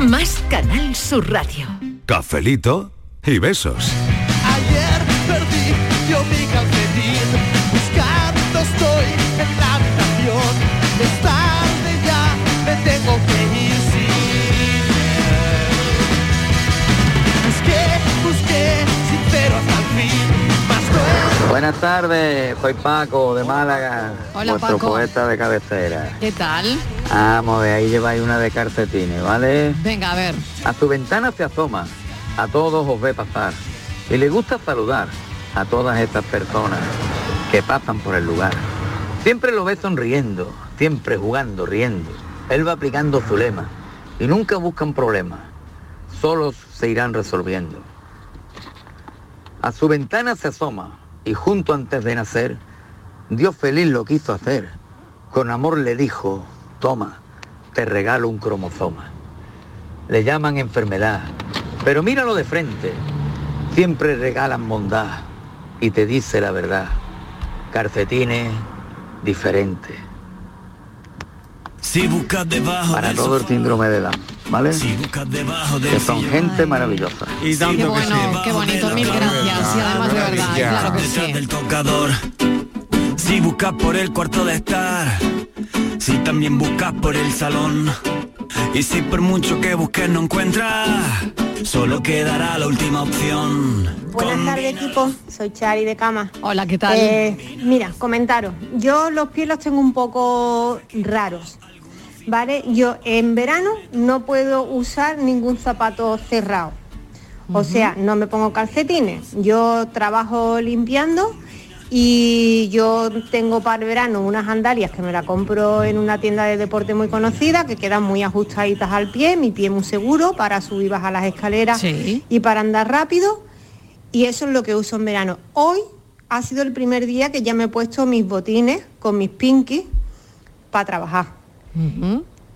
Speaker 28: más Canal Sur Radio.
Speaker 2: Cafelito y besos.
Speaker 29: Ayer perdí yo mi calcetín Buscando estoy en la habitación Es tarde ya, me tengo que ir sin él. Busqué, busqué, sincero hasta el fin Mas no
Speaker 27: Buenas tardes, soy Paco de Málaga,
Speaker 3: Hola,
Speaker 27: vuestro
Speaker 3: Paco.
Speaker 27: poeta de cabecera.
Speaker 3: ¿Qué tal?
Speaker 27: Vamos, de ahí lleváis una de calcetines, ¿vale?
Speaker 3: Venga, a ver.
Speaker 27: A su ventana se asoma, a todos os ve pasar y le gusta saludar a todas estas personas que pasan por el lugar. Siempre lo ve sonriendo, siempre jugando, riendo. Él va aplicando su lema y nunca buscan problemas, solos se irán resolviendo. A su ventana se asoma y junto antes de nacer, Dios feliz lo quiso hacer. Con amor le dijo, toma, te regalo un cromosoma. Le llaman enfermedad, pero míralo de frente. Siempre regalan bondad y te dice la verdad. Calcetines diferentes.
Speaker 30: Si buscas debajo
Speaker 27: Para
Speaker 30: del
Speaker 27: todo el
Speaker 30: sofá,
Speaker 27: síndrome de Down, ¿vale?
Speaker 30: Si buscas debajo del
Speaker 27: Que son gente maravillosa.
Speaker 4: Y
Speaker 3: Qué bueno, qué bonito, mil gracias. Y además de verdad, claro que
Speaker 30: Detrás
Speaker 3: sí.
Speaker 30: del tocador. Si buscas por el cuarto de estar. Si también buscas por el salón. Y si por mucho que busques no encuentras. Solo quedará la última opción.
Speaker 9: Buenas tardes equipo, soy Chari de Cama.
Speaker 3: Hola, ¿qué tal?
Speaker 9: Eh, mira, comentaros, yo los pies los tengo un poco raros, ¿vale? Yo en verano no puedo usar ningún zapato cerrado, o sea, no me pongo calcetines, yo trabajo limpiando y yo tengo para el verano unas andalias que me la compro en una tienda de deporte muy conocida que quedan muy ajustaditas al pie, mi pie muy seguro para subir y bajar las escaleras
Speaker 3: Sí.
Speaker 9: y para andar rápido y eso es lo que uso en verano. Hoy ha sido el primer día que ya me he puesto mis botines con mis pinkies para trabajar.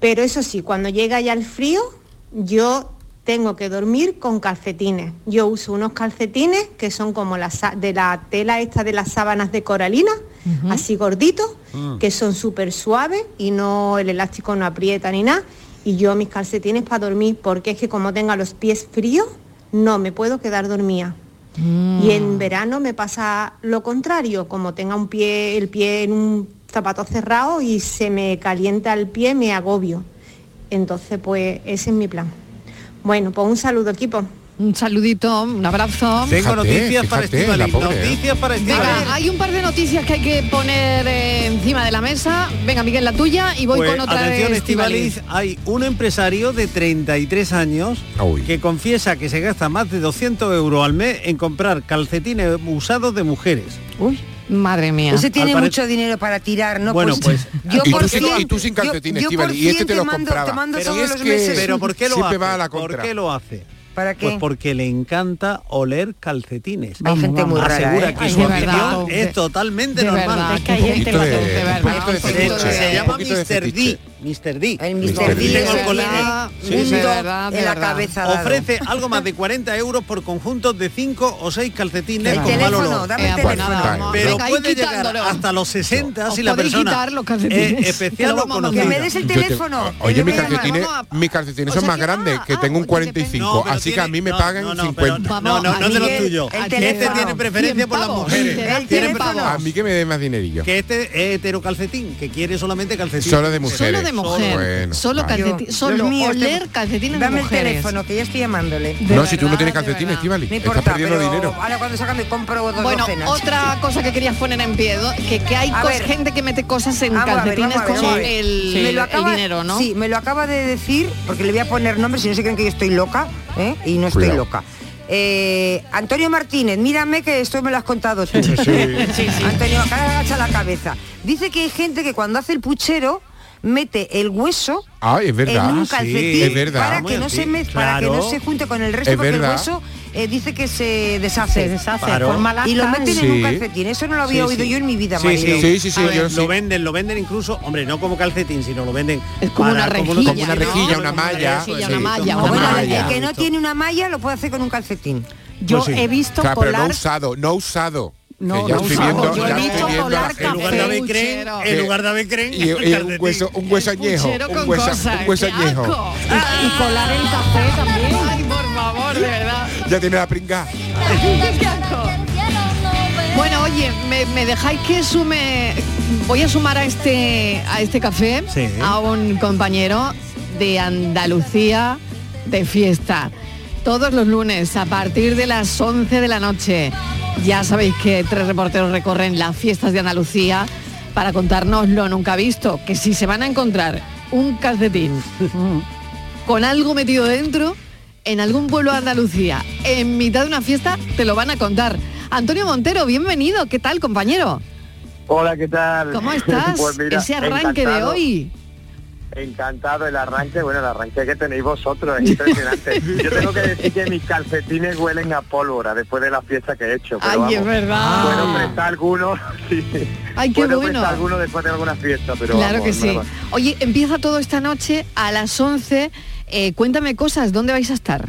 Speaker 9: Pero eso sí, cuando llega ya el frío, yo tengo que dormir con calcetines. Yo uso unos calcetines que son como la, sa- de la tela esta de las sábanas de coralina, así gorditos,
Speaker 10: Mm.
Speaker 9: que son súper suaves y no el elástico no aprieta ni nada. Y yo mis calcetines para dormir, porque es que como tenga los pies fríos, no me puedo quedar dormida. Y
Speaker 3: Mm.
Speaker 9: en verano me pasa lo contrario, como tenga un pie, el pie en un zapato cerrado y se me calienta el pie, me agobio. Entonces, pues ese es mi plan. Bueno, pues un saludo equipo.
Speaker 3: Un saludito, un abrazo.
Speaker 4: Tengo noticias para Estivaliz, noticias para este Estivaliz.
Speaker 3: Venga, hay un par de noticias que hay que poner eh, encima de la mesa. Venga, Miguel, la tuya y voy
Speaker 4: Pues,
Speaker 3: con otra
Speaker 4: atención,
Speaker 3: de
Speaker 4: Estivaliz,
Speaker 3: Estivaliz.
Speaker 4: hay un empresario de 33 años que confiesa que se gasta más de 200 euros al mes en comprar calcetines usados de mujeres.
Speaker 3: Uy, madre mía.
Speaker 8: Ese tiene
Speaker 4: Al pare-
Speaker 8: mucho dinero para tirar, ¿no?
Speaker 4: Bueno, pues,
Speaker 8: yo
Speaker 4: y
Speaker 8: por
Speaker 4: tú sin-
Speaker 8: cien-
Speaker 4: y tú sin
Speaker 8: yo-
Speaker 4: calcetines,
Speaker 8: yo por
Speaker 4: Estíbaliz, y este
Speaker 8: cien
Speaker 4: te lo
Speaker 8: mando-
Speaker 4: compraba.
Speaker 8: te mando
Speaker 4: Pero
Speaker 8: todos
Speaker 4: es
Speaker 8: los
Speaker 4: que-
Speaker 8: meses.
Speaker 4: pero ¿por qué lo
Speaker 8: Siempre
Speaker 4: hace?
Speaker 8: va a la
Speaker 4: ¿Por
Speaker 8: contra.
Speaker 4: qué lo hace?
Speaker 8: ¿Para qué?
Speaker 4: Pues porque le encanta oler calcetines.
Speaker 8: Hay gente muy rara,
Speaker 4: Asegura
Speaker 8: ¿eh?
Speaker 4: que
Speaker 8: Ay,
Speaker 4: su
Speaker 8: de
Speaker 4: afición
Speaker 8: verdad.
Speaker 4: es
Speaker 8: De-
Speaker 4: totalmente
Speaker 8: de
Speaker 4: normal.
Speaker 8: verdad, Es que hay un gente poquito que- de- de verdad, un poquito de un poquito fetiche, de-
Speaker 4: Se
Speaker 8: un
Speaker 4: llama
Speaker 8: poquito de
Speaker 4: Mr. D.
Speaker 8: fetiche.
Speaker 4: Mr. D.
Speaker 8: El Mr. D
Speaker 4: Tengo
Speaker 8: es
Speaker 4: el
Speaker 8: el
Speaker 4: colega.
Speaker 8: que tiene mundo en la cabeza dado.
Speaker 4: Ofrece algo más de 40 euros por conjuntos de 5 o 6 calcetines
Speaker 8: El
Speaker 4: con mal
Speaker 8: teléfono,
Speaker 4: olor.
Speaker 8: dame el
Speaker 4: Pues
Speaker 8: teléfono.
Speaker 4: nada,
Speaker 8: Vamos,
Speaker 4: Pero
Speaker 8: venga, ir
Speaker 4: puede llegar
Speaker 8: quitándolo.
Speaker 4: hasta los 60
Speaker 8: Os
Speaker 4: si la
Speaker 8: podéis
Speaker 4: persona
Speaker 8: quitar los calcetines.
Speaker 4: es
Speaker 8: Que
Speaker 4: Eh, especial
Speaker 8: lo
Speaker 4: o
Speaker 8: vamos a
Speaker 4: conocida.
Speaker 8: quitar. Que me des el
Speaker 5: Yo te-
Speaker 8: teléfono,
Speaker 5: o- Oye,
Speaker 8: que
Speaker 5: mis
Speaker 8: me llama.
Speaker 5: calcetines, mis calcetines son más grandes,
Speaker 8: ah,
Speaker 5: que tengo un 45, así que a mí me pagan 50.
Speaker 4: no, no, no de los tuyos. Este tiene preferencia por las mujeres. Tiene preferencia.
Speaker 5: A mí que me dé más dinerillo.
Speaker 4: Que este es heterocalcetín, que quiere solamente calcetín.
Speaker 5: Solo de mujer. Solo de mujer.
Speaker 4: Bueno,
Speaker 3: Solo
Speaker 4: vale.
Speaker 3: calcetín-
Speaker 8: Yo-
Speaker 3: solo
Speaker 8: los míos, te-
Speaker 3: oler calcetines de
Speaker 8: Dame el
Speaker 3: mujeres.
Speaker 8: teléfono, que ya estoy llamándole.
Speaker 5: No, si tú no tienes calcetines, Estivali,
Speaker 8: No
Speaker 5: estás
Speaker 8: importa,
Speaker 5: perdiendo
Speaker 8: pero
Speaker 5: dinero.
Speaker 8: ahora cuando saca me compro dos
Speaker 3: Bueno,
Speaker 8: docenas.
Speaker 3: otra cosa que querías poner en pie, do- que, que hay
Speaker 8: A
Speaker 3: cos-
Speaker 8: ver.
Speaker 3: gente que mete cosas en
Speaker 8: Vamos a ver,
Speaker 3: calcetines
Speaker 8: vamos a ver,
Speaker 3: como
Speaker 8: vamos a ver.
Speaker 3: el,
Speaker 8: Me lo
Speaker 3: el
Speaker 8: acaba-
Speaker 3: dinero, ¿no?
Speaker 8: Sí, me lo acaba de decir, porque le voy a poner nombre si no se creen que yo estoy loca, ¿eh? y no estoy
Speaker 5: Cuidado.
Speaker 8: loca. Eh, Antonio Martínez, mírame que esto me lo has contado tú. Antonio, acá agacha la cabeza. Dice que hay gente que cuando hace el puchero mete el hueso
Speaker 5: Ah, es verdad.
Speaker 8: en un
Speaker 5: sí,
Speaker 8: calcetín
Speaker 5: es verdad.
Speaker 8: para que no se mez- para que no
Speaker 5: Claro.
Speaker 8: se junte con el resto
Speaker 5: Es
Speaker 8: porque
Speaker 5: verdad.
Speaker 8: el hueso eh, dice que se deshace,
Speaker 7: Se deshace, Claro. forma
Speaker 8: y lo
Speaker 7: latas.
Speaker 8: meten en un
Speaker 4: Sí.
Speaker 8: calcetín. Eso no lo había
Speaker 4: Sí,
Speaker 8: oído
Speaker 4: sí.
Speaker 8: yo en mi vida,
Speaker 4: sí,
Speaker 8: Mariló.
Speaker 4: sí, sí, sí, sí,
Speaker 8: A
Speaker 4: yo
Speaker 8: ver.
Speaker 4: lo venden, lo venden incluso, hombre, no como calcetín, sino lo venden para- como
Speaker 5: una rejilla, Como una
Speaker 4: sí,
Speaker 5: rejilla,
Speaker 4: no,
Speaker 5: una
Speaker 4: como
Speaker 5: malla.
Speaker 4: eso,
Speaker 5: Sí,
Speaker 4: eso,
Speaker 5: una
Speaker 4: eso,
Speaker 5: malla,
Speaker 4: como
Speaker 5: una
Speaker 4: una
Speaker 5: malla.
Speaker 8: El
Speaker 4: malla.
Speaker 8: que no tiene una malla lo puede hacer con un calcetín.
Speaker 5: Pues sí. Claro, pero no usado, no usado.
Speaker 8: No,
Speaker 5: Que ya
Speaker 8: no
Speaker 5: estoy
Speaker 8: usado.
Speaker 5: viendo-
Speaker 8: Yo he
Speaker 5: ya
Speaker 8: visto
Speaker 5: estoy viendo a la
Speaker 8: colar
Speaker 5: gente.
Speaker 4: En lugar de haber creen, en
Speaker 5: Que-
Speaker 4: lugar de haber creen,
Speaker 5: y, y un hueso, un hueso añejo,
Speaker 3: puchero con
Speaker 5: un hueso,
Speaker 3: cosas,
Speaker 5: un hueso
Speaker 3: qué
Speaker 5: añejo.
Speaker 7: Y, colar el café también.
Speaker 3: Ay, por favor, de verdad.
Speaker 5: Ya tiene la pringa.
Speaker 3: Qué asco. Bueno, oye, me, me dejáis que sume. Voy a sumar a este a este café
Speaker 11: Sí.
Speaker 3: a un compañero de Andalucía de fiesta. Todos los lunes a partir de las 11 de la noche. Ya sabéis que tres reporteros recorren las fiestas de Andalucía para contarnos lo nunca visto, que si se van a encontrar un calcetín con algo metido dentro en algún pueblo de Andalucía, en mitad de una fiesta, te lo van a contar. Antonio Montero, bienvenido. ¿Qué tal, compañero?
Speaker 12: Hola, ¿qué tal?
Speaker 3: ¿Cómo estás?
Speaker 12: Pues mira,
Speaker 3: Ese arranque de
Speaker 12: encantado.
Speaker 3: hoy.
Speaker 12: Encantado el arranque, bueno, el arranque que tenéis vosotros, es impresionante. Yo tengo que decir que mis calcetines huelen a pólvora después de la fiesta que he hecho. Pero
Speaker 3: Ay,
Speaker 12: vamos,
Speaker 3: es verdad.
Speaker 12: Puedo prestar algunos, sí.
Speaker 3: Ay, qué
Speaker 12: puedo
Speaker 3: bueno.
Speaker 12: prestar algunos después de alguna fiesta, pero
Speaker 3: claro
Speaker 12: vamos,
Speaker 3: que sí.
Speaker 12: nada más.
Speaker 3: Oye, empieza todo esta noche a las 11. Eh, cuéntame cosas, ¿dónde vais a estar?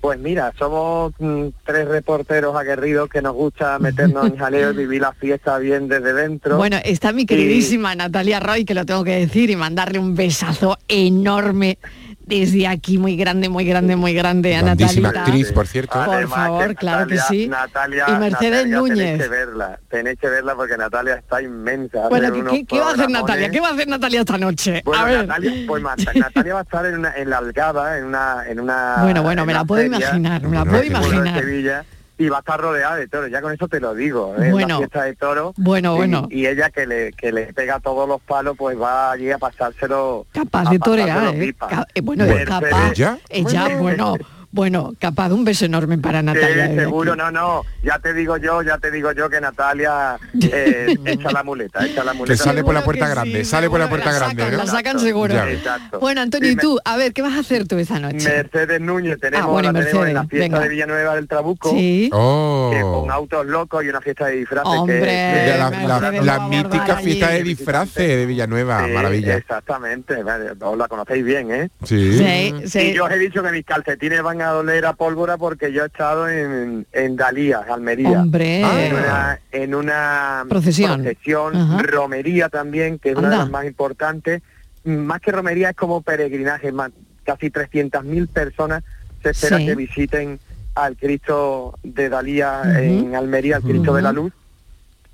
Speaker 12: Pues mira, somos mm, tres reporteros aguerridos que nos gusta meternos en jaleo y vivir la fiesta bien desde dentro.
Speaker 3: Bueno, está mi
Speaker 12: Y-
Speaker 3: queridísima Natalia Roy, que lo tengo que decir, y mandarle un besazo enorme desde aquí, muy grande, muy grande, muy grande a Natalia.
Speaker 5: actriz, por cierto.
Speaker 3: Por
Speaker 5: Además,
Speaker 3: favor,
Speaker 12: que
Speaker 3: claro que
Speaker 12: Natalia-
Speaker 3: sí.
Speaker 12: Natalia,
Speaker 3: y Mercedes
Speaker 12: Natalia, Tenéis
Speaker 3: Núñez.
Speaker 12: que verla, tenéis que verla porque Natalia está inmensa.
Speaker 3: Bueno,
Speaker 12: hace
Speaker 3: ¿qué-
Speaker 12: unos
Speaker 3: ¿qué, qué va a hacer
Speaker 12: programones.
Speaker 3: Natalia? ¿Qué va a hacer Natalia esta noche?
Speaker 12: Bueno,
Speaker 3: a ver.
Speaker 12: Natalia, pues Marta, Natalia va a estar en, una, en la Algaba, en una, en una.
Speaker 3: Bueno, bueno, me
Speaker 12: en
Speaker 3: la
Speaker 12: una
Speaker 3: puedo
Speaker 12: feria,
Speaker 3: imaginar, me la
Speaker 12: en un
Speaker 3: puedo
Speaker 12: pueblo de
Speaker 3: imaginar.
Speaker 12: Sevilla, y va a estar rodeada de toros, ya con eso te lo digo. Es
Speaker 3: Bueno.
Speaker 12: una fiesta de toros.
Speaker 3: Bueno,
Speaker 12: y,
Speaker 3: bueno.
Speaker 12: Y ella que le, que le pega todos los palos, pues va allí a pasárselo.
Speaker 3: Capaz
Speaker 12: a
Speaker 3: de torear,
Speaker 12: pasárselo
Speaker 3: ¿eh?
Speaker 12: pipa.
Speaker 3: Ca- eh, bueno,
Speaker 12: Mercedes.
Speaker 3: capaz. Ella, bueno, bueno, capaz de un beso enorme para Natalia. ¿eh?
Speaker 12: Sí,
Speaker 3: desde
Speaker 12: seguro,
Speaker 3: aquí.
Speaker 12: no, no, ya te digo yo, ya te digo yo que Natalia eh, echa la muleta, echa la muleta.
Speaker 5: Que sale por la puerta grande, sale por la puerta grande. ¿eh?
Speaker 3: La
Speaker 5: ¿no?
Speaker 3: sacan seguro.
Speaker 5: Ya ves.
Speaker 12: Exacto.
Speaker 3: Bueno, Antonio,
Speaker 12: Sí,
Speaker 3: ¿y
Speaker 12: me-
Speaker 3: tú? A ver, ¿qué vas a hacer tú esa noche?
Speaker 12: Mercedes Núñez, tenemos,
Speaker 3: Ah, bueno,
Speaker 12: la tenemos
Speaker 3: Mercedes,
Speaker 12: en la fiesta
Speaker 3: venga.
Speaker 12: de Villanueva del Trabuco,
Speaker 3: Sí.
Speaker 5: Oh.
Speaker 12: que con autos locos y una fiesta de disfraces. que-
Speaker 3: Hombre,
Speaker 12: que-
Speaker 5: Ya la,
Speaker 12: que-
Speaker 5: la-
Speaker 12: que-
Speaker 5: la
Speaker 12: que-
Speaker 5: mítica
Speaker 12: que-
Speaker 5: fiesta de
Speaker 12: que-
Speaker 5: disfraces de Villanueva,
Speaker 12: Sí,
Speaker 5: maravilla.
Speaker 12: Exactamente, vale, os la conocéis bien, ¿eh?
Speaker 5: Sí. Sí,
Speaker 12: Y yo os he dicho que mis calcetines van a doler a pólvora porque yo he estado en, en Dalías, Almería.
Speaker 3: Hombre.
Speaker 12: En una, en una
Speaker 3: Procesión.
Speaker 12: procesión,
Speaker 3: Ajá.
Speaker 12: romería también, que es una de
Speaker 3: Anda.
Speaker 12: las más importantes. Más que romería es como peregrinaje, más, casi 300.000 personas se espera
Speaker 3: Sí.
Speaker 12: que visiten al Cristo de Dalías en Almería, al Cristo de la Luz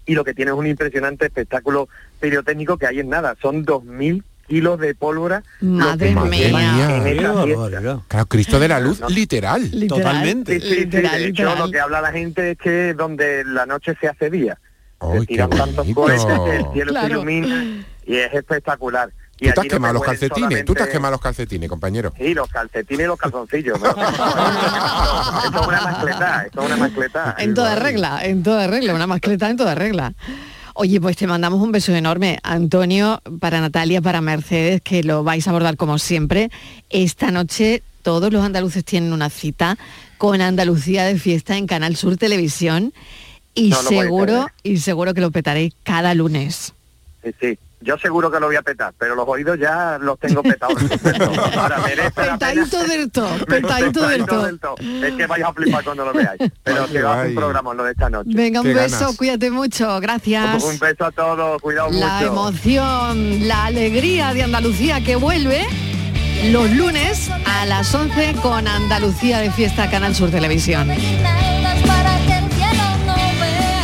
Speaker 12: y lo que tiene es un impresionante espectáculo pirotécnico que hay en nada. Son 2.000 kilos de pólvora.
Speaker 3: Madre
Speaker 12: lo que se quema
Speaker 5: mía.
Speaker 12: en esa fiesta.
Speaker 5: Claro, Cristo de la Luz, literal.
Speaker 12: Sí, sí, sí, de hecho, lo que habla la gente es que donde la noche se hace día.
Speaker 5: Ay,
Speaker 12: se
Speaker 5: qué
Speaker 12: tiran tantos
Speaker 5: bonito.
Speaker 12: cohetes, que el cielo se
Speaker 3: Claro.
Speaker 12: ilumina y es espectacular. Y
Speaker 5: Tú te has
Speaker 12: allí no
Speaker 5: quemado los
Speaker 12: pueden
Speaker 5: calcetines, tú te has
Speaker 12: solamente-
Speaker 5: quemado los calcetines, compañero.
Speaker 12: Sí, los calcetines y los calzoncillos. me los quemo. esto es una mascletá, esto es una mascletá.
Speaker 3: En toda regla, en toda regla, una mascleta en toda regla. Oye, pues te mandamos un beso enorme, Antonio, para Natalia, para Mercedes, que lo vais a abordar como siempre. Esta noche todos los andaluces tienen una cita con Andalucía de fiesta en Canal Sur Televisión y
Speaker 12: No lo podéis
Speaker 3: seguro
Speaker 12: perder.
Speaker 3: y seguro que lo petaréis cada lunes.
Speaker 12: Sí, sí. Yo seguro que lo voy a petar, pero los oídos ya los tengo petados. Ahora merece la pena.
Speaker 3: Petadito del todo, petadito del todo.
Speaker 12: del todo. Es que vais a flipar cuando lo veáis. Pero que va a ser un programa lo de esta noche.
Speaker 3: Venga, un beso, cuídate mucho, gracias.
Speaker 12: Un beso a todos, cuidado
Speaker 3: La
Speaker 12: mucho.
Speaker 3: emoción, la alegría de Andalucía que vuelve los lunes a las 11 con Andalucía de Fiesta Canal Sur Televisión.
Speaker 10: para que el cielo no vea.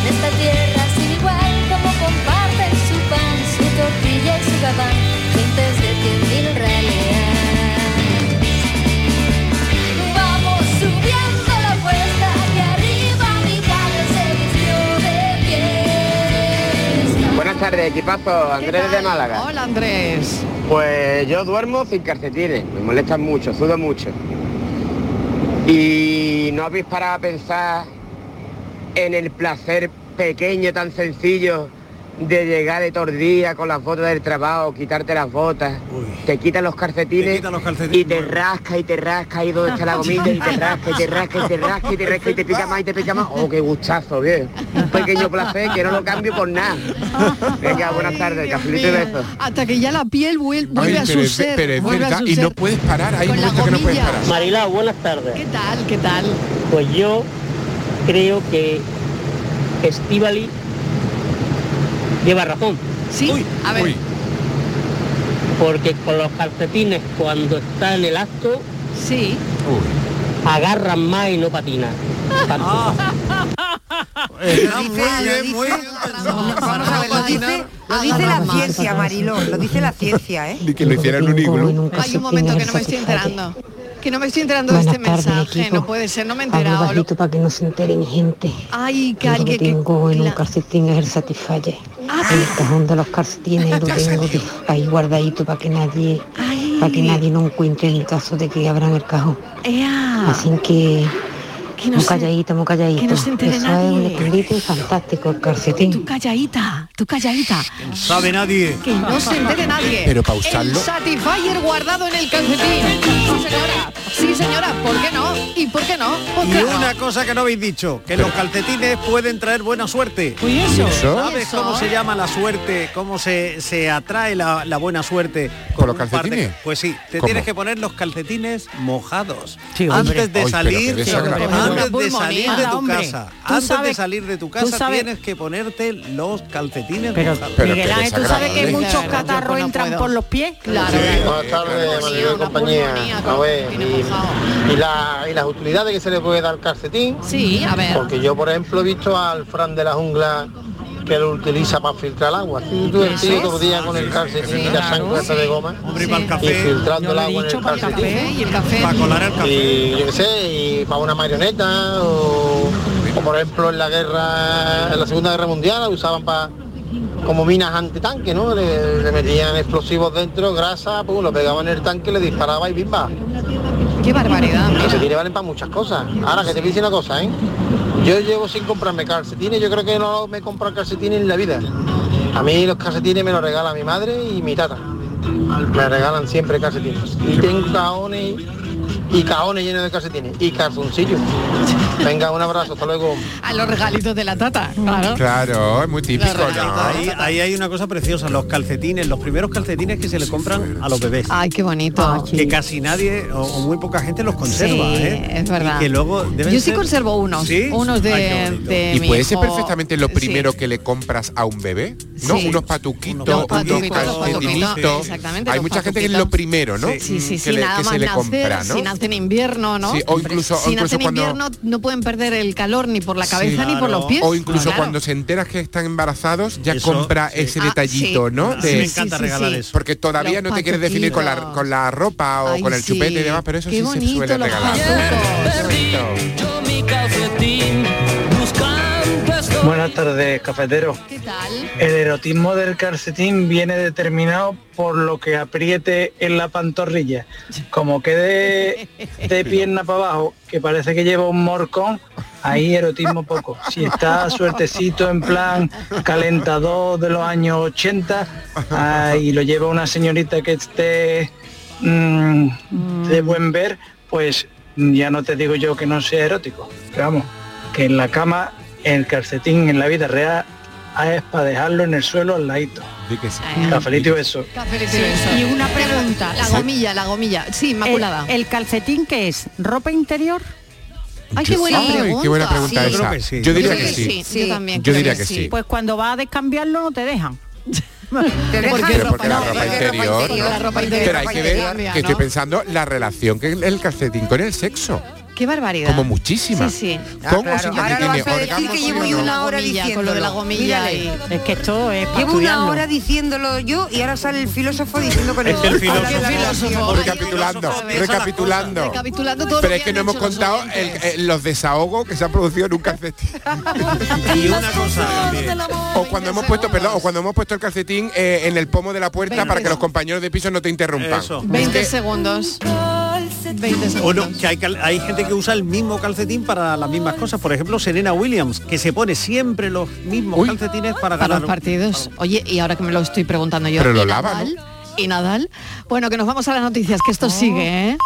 Speaker 10: En esta tierra es igual como comparten su pan, su tortilla y su gabán, gentes de cien mil reales. Vamos subiendo la cuesta que arriba mi padre se vistió de pies.
Speaker 11: Buenas tardes, equipazo. Andrés de Málaga.
Speaker 3: Hola Andrés.
Speaker 11: Pues yo duermo sin calcetines. Me molestan mucho, sudo mucho. Y no habéis parado a pensar en el placer pequeño, tan sencillo, de llegar de tordía con las botas del trabajo, quitarte las botas, te quitan los calcetines, y te rasca y te rasca y donde está la gomita y te rasca y te rasca y te rasca y te rasca y te pica más y te pica más. Oh, qué gustazo, bien. Un pequeño placer que no lo cambio por nada. Venga, buenas tardes, cafelito y
Speaker 3: Mira,
Speaker 11: besos.
Speaker 3: Hasta que ya la piel vuel- vuelve
Speaker 11: Ay,
Speaker 3: a su
Speaker 11: pero es ve-
Speaker 3: ser.
Speaker 11: pero es
Speaker 3: vuelve a
Speaker 11: verdad,
Speaker 3: su
Speaker 11: y no
Speaker 3: ser.
Speaker 5: puedes parar, hay
Speaker 3: Con la
Speaker 5: momentos que no puedes
Speaker 3: gomilla.
Speaker 5: parar.
Speaker 13: Marilao, buenas tardes.
Speaker 3: ¿Qué tal? ¿Qué tal?
Speaker 13: Pues yo creo que Estivali lleva razón.
Speaker 3: Sí, a ver.
Speaker 13: Porque con los calcetines cuando está en el acto,
Speaker 3: sí.
Speaker 13: agarran más y no patina. Tanto.
Speaker 3: Ah.
Speaker 8: Lo dice- lo dice- Vamos a ver, lo dice- lo dice la ciencia, Mariló, lo dice la ciencia, ¿eh?
Speaker 5: Ni que lo hicieran un iglú.
Speaker 3: Hay un momento que no me estoy enterando. Que no me estoy enterando de este mensaje, no puede ser, no me he
Speaker 14: Hablo
Speaker 3: enterado.
Speaker 14: bajito para que no se enteren gente.
Speaker 3: Ay, que
Speaker 14: Yo lo
Speaker 3: alguien que-
Speaker 14: tengo en un
Speaker 3: la- Ah,
Speaker 14: calcetín es el Satisfyer. En el cajón de los calcetines lo tengo de- ahí guardadito para que nadie, para que nadie lo encuentre en el caso de que abran el cajón.
Speaker 3: ¡Ea!
Speaker 14: Así que,
Speaker 3: Ah. Que no
Speaker 14: muy
Speaker 3: se-
Speaker 14: calladito, muy calladito.
Speaker 3: que no se entere
Speaker 14: Eso es
Speaker 3: nadie.
Speaker 14: un escondite fantástico el calcetín.
Speaker 3: Tú calladita, tú calladita.
Speaker 14: sabe nadie.
Speaker 3: Que no se entere nadie.
Speaker 14: Pero pausarlo.
Speaker 3: El Satisfyer guardado en el calcetín. Sí, señora. Sí, señora. ¿Por qué no? ¿Y por qué no? Pues
Speaker 4: Y
Speaker 3: claro.
Speaker 4: una cosa que no habéis dicho, que los calcetines pueden traer buena suerte.
Speaker 3: ¿Y eso? ¿Eso?
Speaker 4: ¿Sabes
Speaker 3: ¿Y eso?
Speaker 7: ¿Eh?
Speaker 4: cómo se llama la suerte? ¿Cómo se, se atrae la, la buena suerte?
Speaker 5: ¿Con los
Speaker 4: un par de-
Speaker 5: calcetines?
Speaker 4: pues sí, te
Speaker 5: ¿Cómo?
Speaker 4: tienes que poner los calcetines mojados.
Speaker 5: Sí, hombre.
Speaker 4: antes de
Speaker 5: Ay, pero qué
Speaker 4: salir,
Speaker 5: desagradable.
Speaker 4: antes de
Speaker 7: pulmonía.
Speaker 4: salir de tu
Speaker 7: Hombre,
Speaker 4: casa,
Speaker 7: tú
Speaker 4: antes de
Speaker 7: sabes-
Speaker 4: salir de tu
Speaker 7: tú
Speaker 4: casa
Speaker 7: sabes-
Speaker 4: tienes que ponerte los calcetines.
Speaker 7: Pero,
Speaker 4: mojados.
Speaker 7: Miguel Ángel, tú sabes que muchos catarros entran por los pies. Claro.
Speaker 23: Buenas tardes, María de compañía. A ver, y, y la- y las utilidades que se le puede dar al calcetín.
Speaker 3: Sí, a ver.
Speaker 23: Porque yo, por ejemplo, he visto al Fran de la jungla que lo utiliza para filtrar el agua. Tú tú el Eso tío es. todo el día con el calcetín y la sangre esa de goma. Y filtrando el agua en el calcetín.
Speaker 3: y el café.
Speaker 23: Y yo qué sé, y para una marioneta o, o, por ejemplo en la guerra, en la Segunda Guerra Mundial la usaban para como minas antitanque, ¿no? Le, le metían explosivos dentro, grasa, pum, lo pegaban en el tanque, le disparaba y bimba.
Speaker 3: Qué barbaridad.
Speaker 23: Los calcetines valen para muchas cosas. Ahora que te voy a decir una cosa, ¿eh? Yo llevo sin comprarme calcetines, yo creo que no me he comprado calcetines en la vida. A mí los calcetines me los regala mi madre y mi tata. Me regalan siempre calcetines. Y tengo caones y caones llenos de calcetines. Y calzoncillos. Venga, un abrazo, hasta luego.
Speaker 3: A los regalitos de la tata, claro.
Speaker 5: Mm, Claro, es muy típico,
Speaker 4: Ahí,
Speaker 5: ¿no?
Speaker 4: ahí hay una cosa preciosa, los calcetines, los primeros calcetines que se le compran a los bebés.
Speaker 3: Ay, qué
Speaker 5: Ah,
Speaker 3: bonito.
Speaker 4: Que casi nadie o, o muy poca gente los conserva,
Speaker 3: Sí,
Speaker 4: ¿eh?
Speaker 3: es verdad.
Speaker 4: Y que luego deben
Speaker 3: Yo sí
Speaker 4: ser-
Speaker 3: conservo unos,
Speaker 4: ¿Sí?
Speaker 3: unos de, de
Speaker 5: Y
Speaker 3: mi
Speaker 5: puede ser
Speaker 3: hijo.
Speaker 5: perfectamente lo primero
Speaker 3: Sí.
Speaker 5: que le compras a un bebé, ¿no?
Speaker 3: Sí.
Speaker 5: Unos patuquitos,
Speaker 3: Unos
Speaker 5: unos
Speaker 3: patuquitos, los
Speaker 5: calcetinitos.
Speaker 3: patuquitos, exactamente,
Speaker 5: Hay
Speaker 3: los
Speaker 5: mucha gente que es lo
Speaker 3: patuquitos.
Speaker 5: primero, ¿no?
Speaker 3: Sí, sí, sí,
Speaker 5: Que le,
Speaker 3: nada
Speaker 5: que
Speaker 3: más
Speaker 5: se le
Speaker 3: nacer,
Speaker 5: compra,
Speaker 3: si
Speaker 5: ¿no?
Speaker 3: nacen en invierno, ¿no?
Speaker 5: Sí, o incluso- o
Speaker 3: si
Speaker 5: incluso
Speaker 3: nacen en
Speaker 5: cuando-
Speaker 3: invierno no pueden perder el calor ni por la cabeza ni por los pies.
Speaker 5: O incluso
Speaker 3: Claro.
Speaker 5: cuando se enteras que están embarazados, ya
Speaker 4: Eso,
Speaker 5: compra
Speaker 4: sí.
Speaker 5: ese
Speaker 3: Ah,
Speaker 5: detallito,
Speaker 3: sí.
Speaker 5: ¿no?
Speaker 4: A mí me encanta Sí, sí, regalar sí. eso.
Speaker 5: Porque todavía
Speaker 4: Los
Speaker 5: no te quieres definir con la, con la ropa o
Speaker 4: Ay,
Speaker 5: con el
Speaker 4: sí.
Speaker 5: chupete y demás, pero eso
Speaker 4: Qué
Speaker 5: sí
Speaker 4: bonito
Speaker 5: se suele
Speaker 4: los
Speaker 5: regalar.
Speaker 2: Yo mi calcetín buscando estoy.
Speaker 30: Buenas tardes, cafetero.
Speaker 3: ¿Qué tal?
Speaker 30: El erotismo del calcetín viene determinado por lo que apriete en la pantorrilla. Como quede de pierna para abajo, que parece que lleva un morcón, ahí erotismo poco. Si está suertecito en plan calentador de los años 80 ah, y lo lleva una señorita que esté mm, de buen ver, pues ya no te digo yo que no sea erótico. Pero vamos, que en la cama, el calcetín en la vida real ah, es para dejarlo en el suelo al ladito. Cafelito y beso.
Speaker 3: Sí,
Speaker 7: Y una pregunta.
Speaker 3: La gomilla, la gomilla. Sí, inmaculada.
Speaker 7: ¿El, el calcetín qué es? ¿Ropa interior?
Speaker 3: Ay, qué buena
Speaker 5: Ay, qué
Speaker 3: pregunta.
Speaker 5: buena pregunta esa.
Speaker 7: Sí.
Speaker 5: Yo creo que sí. Yo diría que sí.
Speaker 3: Yo también
Speaker 5: Yo
Speaker 3: creo
Speaker 5: diría que sí.
Speaker 7: Pues cuando vas a descambiarlo no te dejan.
Speaker 3: Te
Speaker 5: Pero porque, la ropa interior,
Speaker 3: interior, la ropa interior,
Speaker 5: pero hay
Speaker 3: ropa
Speaker 5: que ver
Speaker 3: interior,
Speaker 5: que
Speaker 3: ¿no?
Speaker 5: estoy pensando la relación que el calcetín con el sexo
Speaker 3: Qué barbaridad.
Speaker 5: como muchísima
Speaker 3: Sí, Ah, sí.
Speaker 5: ¿Cómo se llama?
Speaker 8: Ahora lo vas
Speaker 5: ¿Tiene
Speaker 8: a decir
Speaker 5: orgasmo
Speaker 8: que
Speaker 5: sí
Speaker 8: llevo
Speaker 5: o
Speaker 8: yo
Speaker 5: no?
Speaker 8: una hora
Speaker 3: gomilla,
Speaker 8: diciéndolo.
Speaker 3: con lo de la gomilla
Speaker 8: Mírale.
Speaker 7: Es que esto es para
Speaker 8: Llevo una
Speaker 7: estudiarlo.
Speaker 8: hora diciéndolo yo y ahora sale el filósofo diciendo que
Speaker 5: Es
Speaker 8: no.
Speaker 5: que el
Speaker 8: Ahora
Speaker 5: filósofo-
Speaker 8: la-
Speaker 5: filósofo- recapitulando, recapitulando.
Speaker 3: Recapitulando todo
Speaker 5: Pero
Speaker 3: lo
Speaker 5: es
Speaker 3: que
Speaker 5: que no hemos contado el- el- los desahogos que se han producido en un calcetín.
Speaker 4: Y una cosa también.
Speaker 5: O cuando hemos puesto, perdón, o cuando hemos puesto el calcetín eh, en el pomo de la puerta para que los compañeros de piso no te interrumpan.
Speaker 4: Eso.
Speaker 3: 20 segundos. 20
Speaker 4: O
Speaker 3: segundos.
Speaker 4: no, que hay, cal- hay gente que usa el mismo calcetín para las mismas cosas. Por ejemplo, Serena Williams, que se pone siempre los mismos calcetines para
Speaker 3: Para
Speaker 4: ganar.
Speaker 3: los partidos. Oye, y ahora que me lo estoy preguntando yo.
Speaker 4: Pero lo
Speaker 3: ¿y
Speaker 4: lava,
Speaker 3: Nadal? ¿Y Nadal? Bueno, que nos vamos a las noticias, que esto sigue, ¿eh?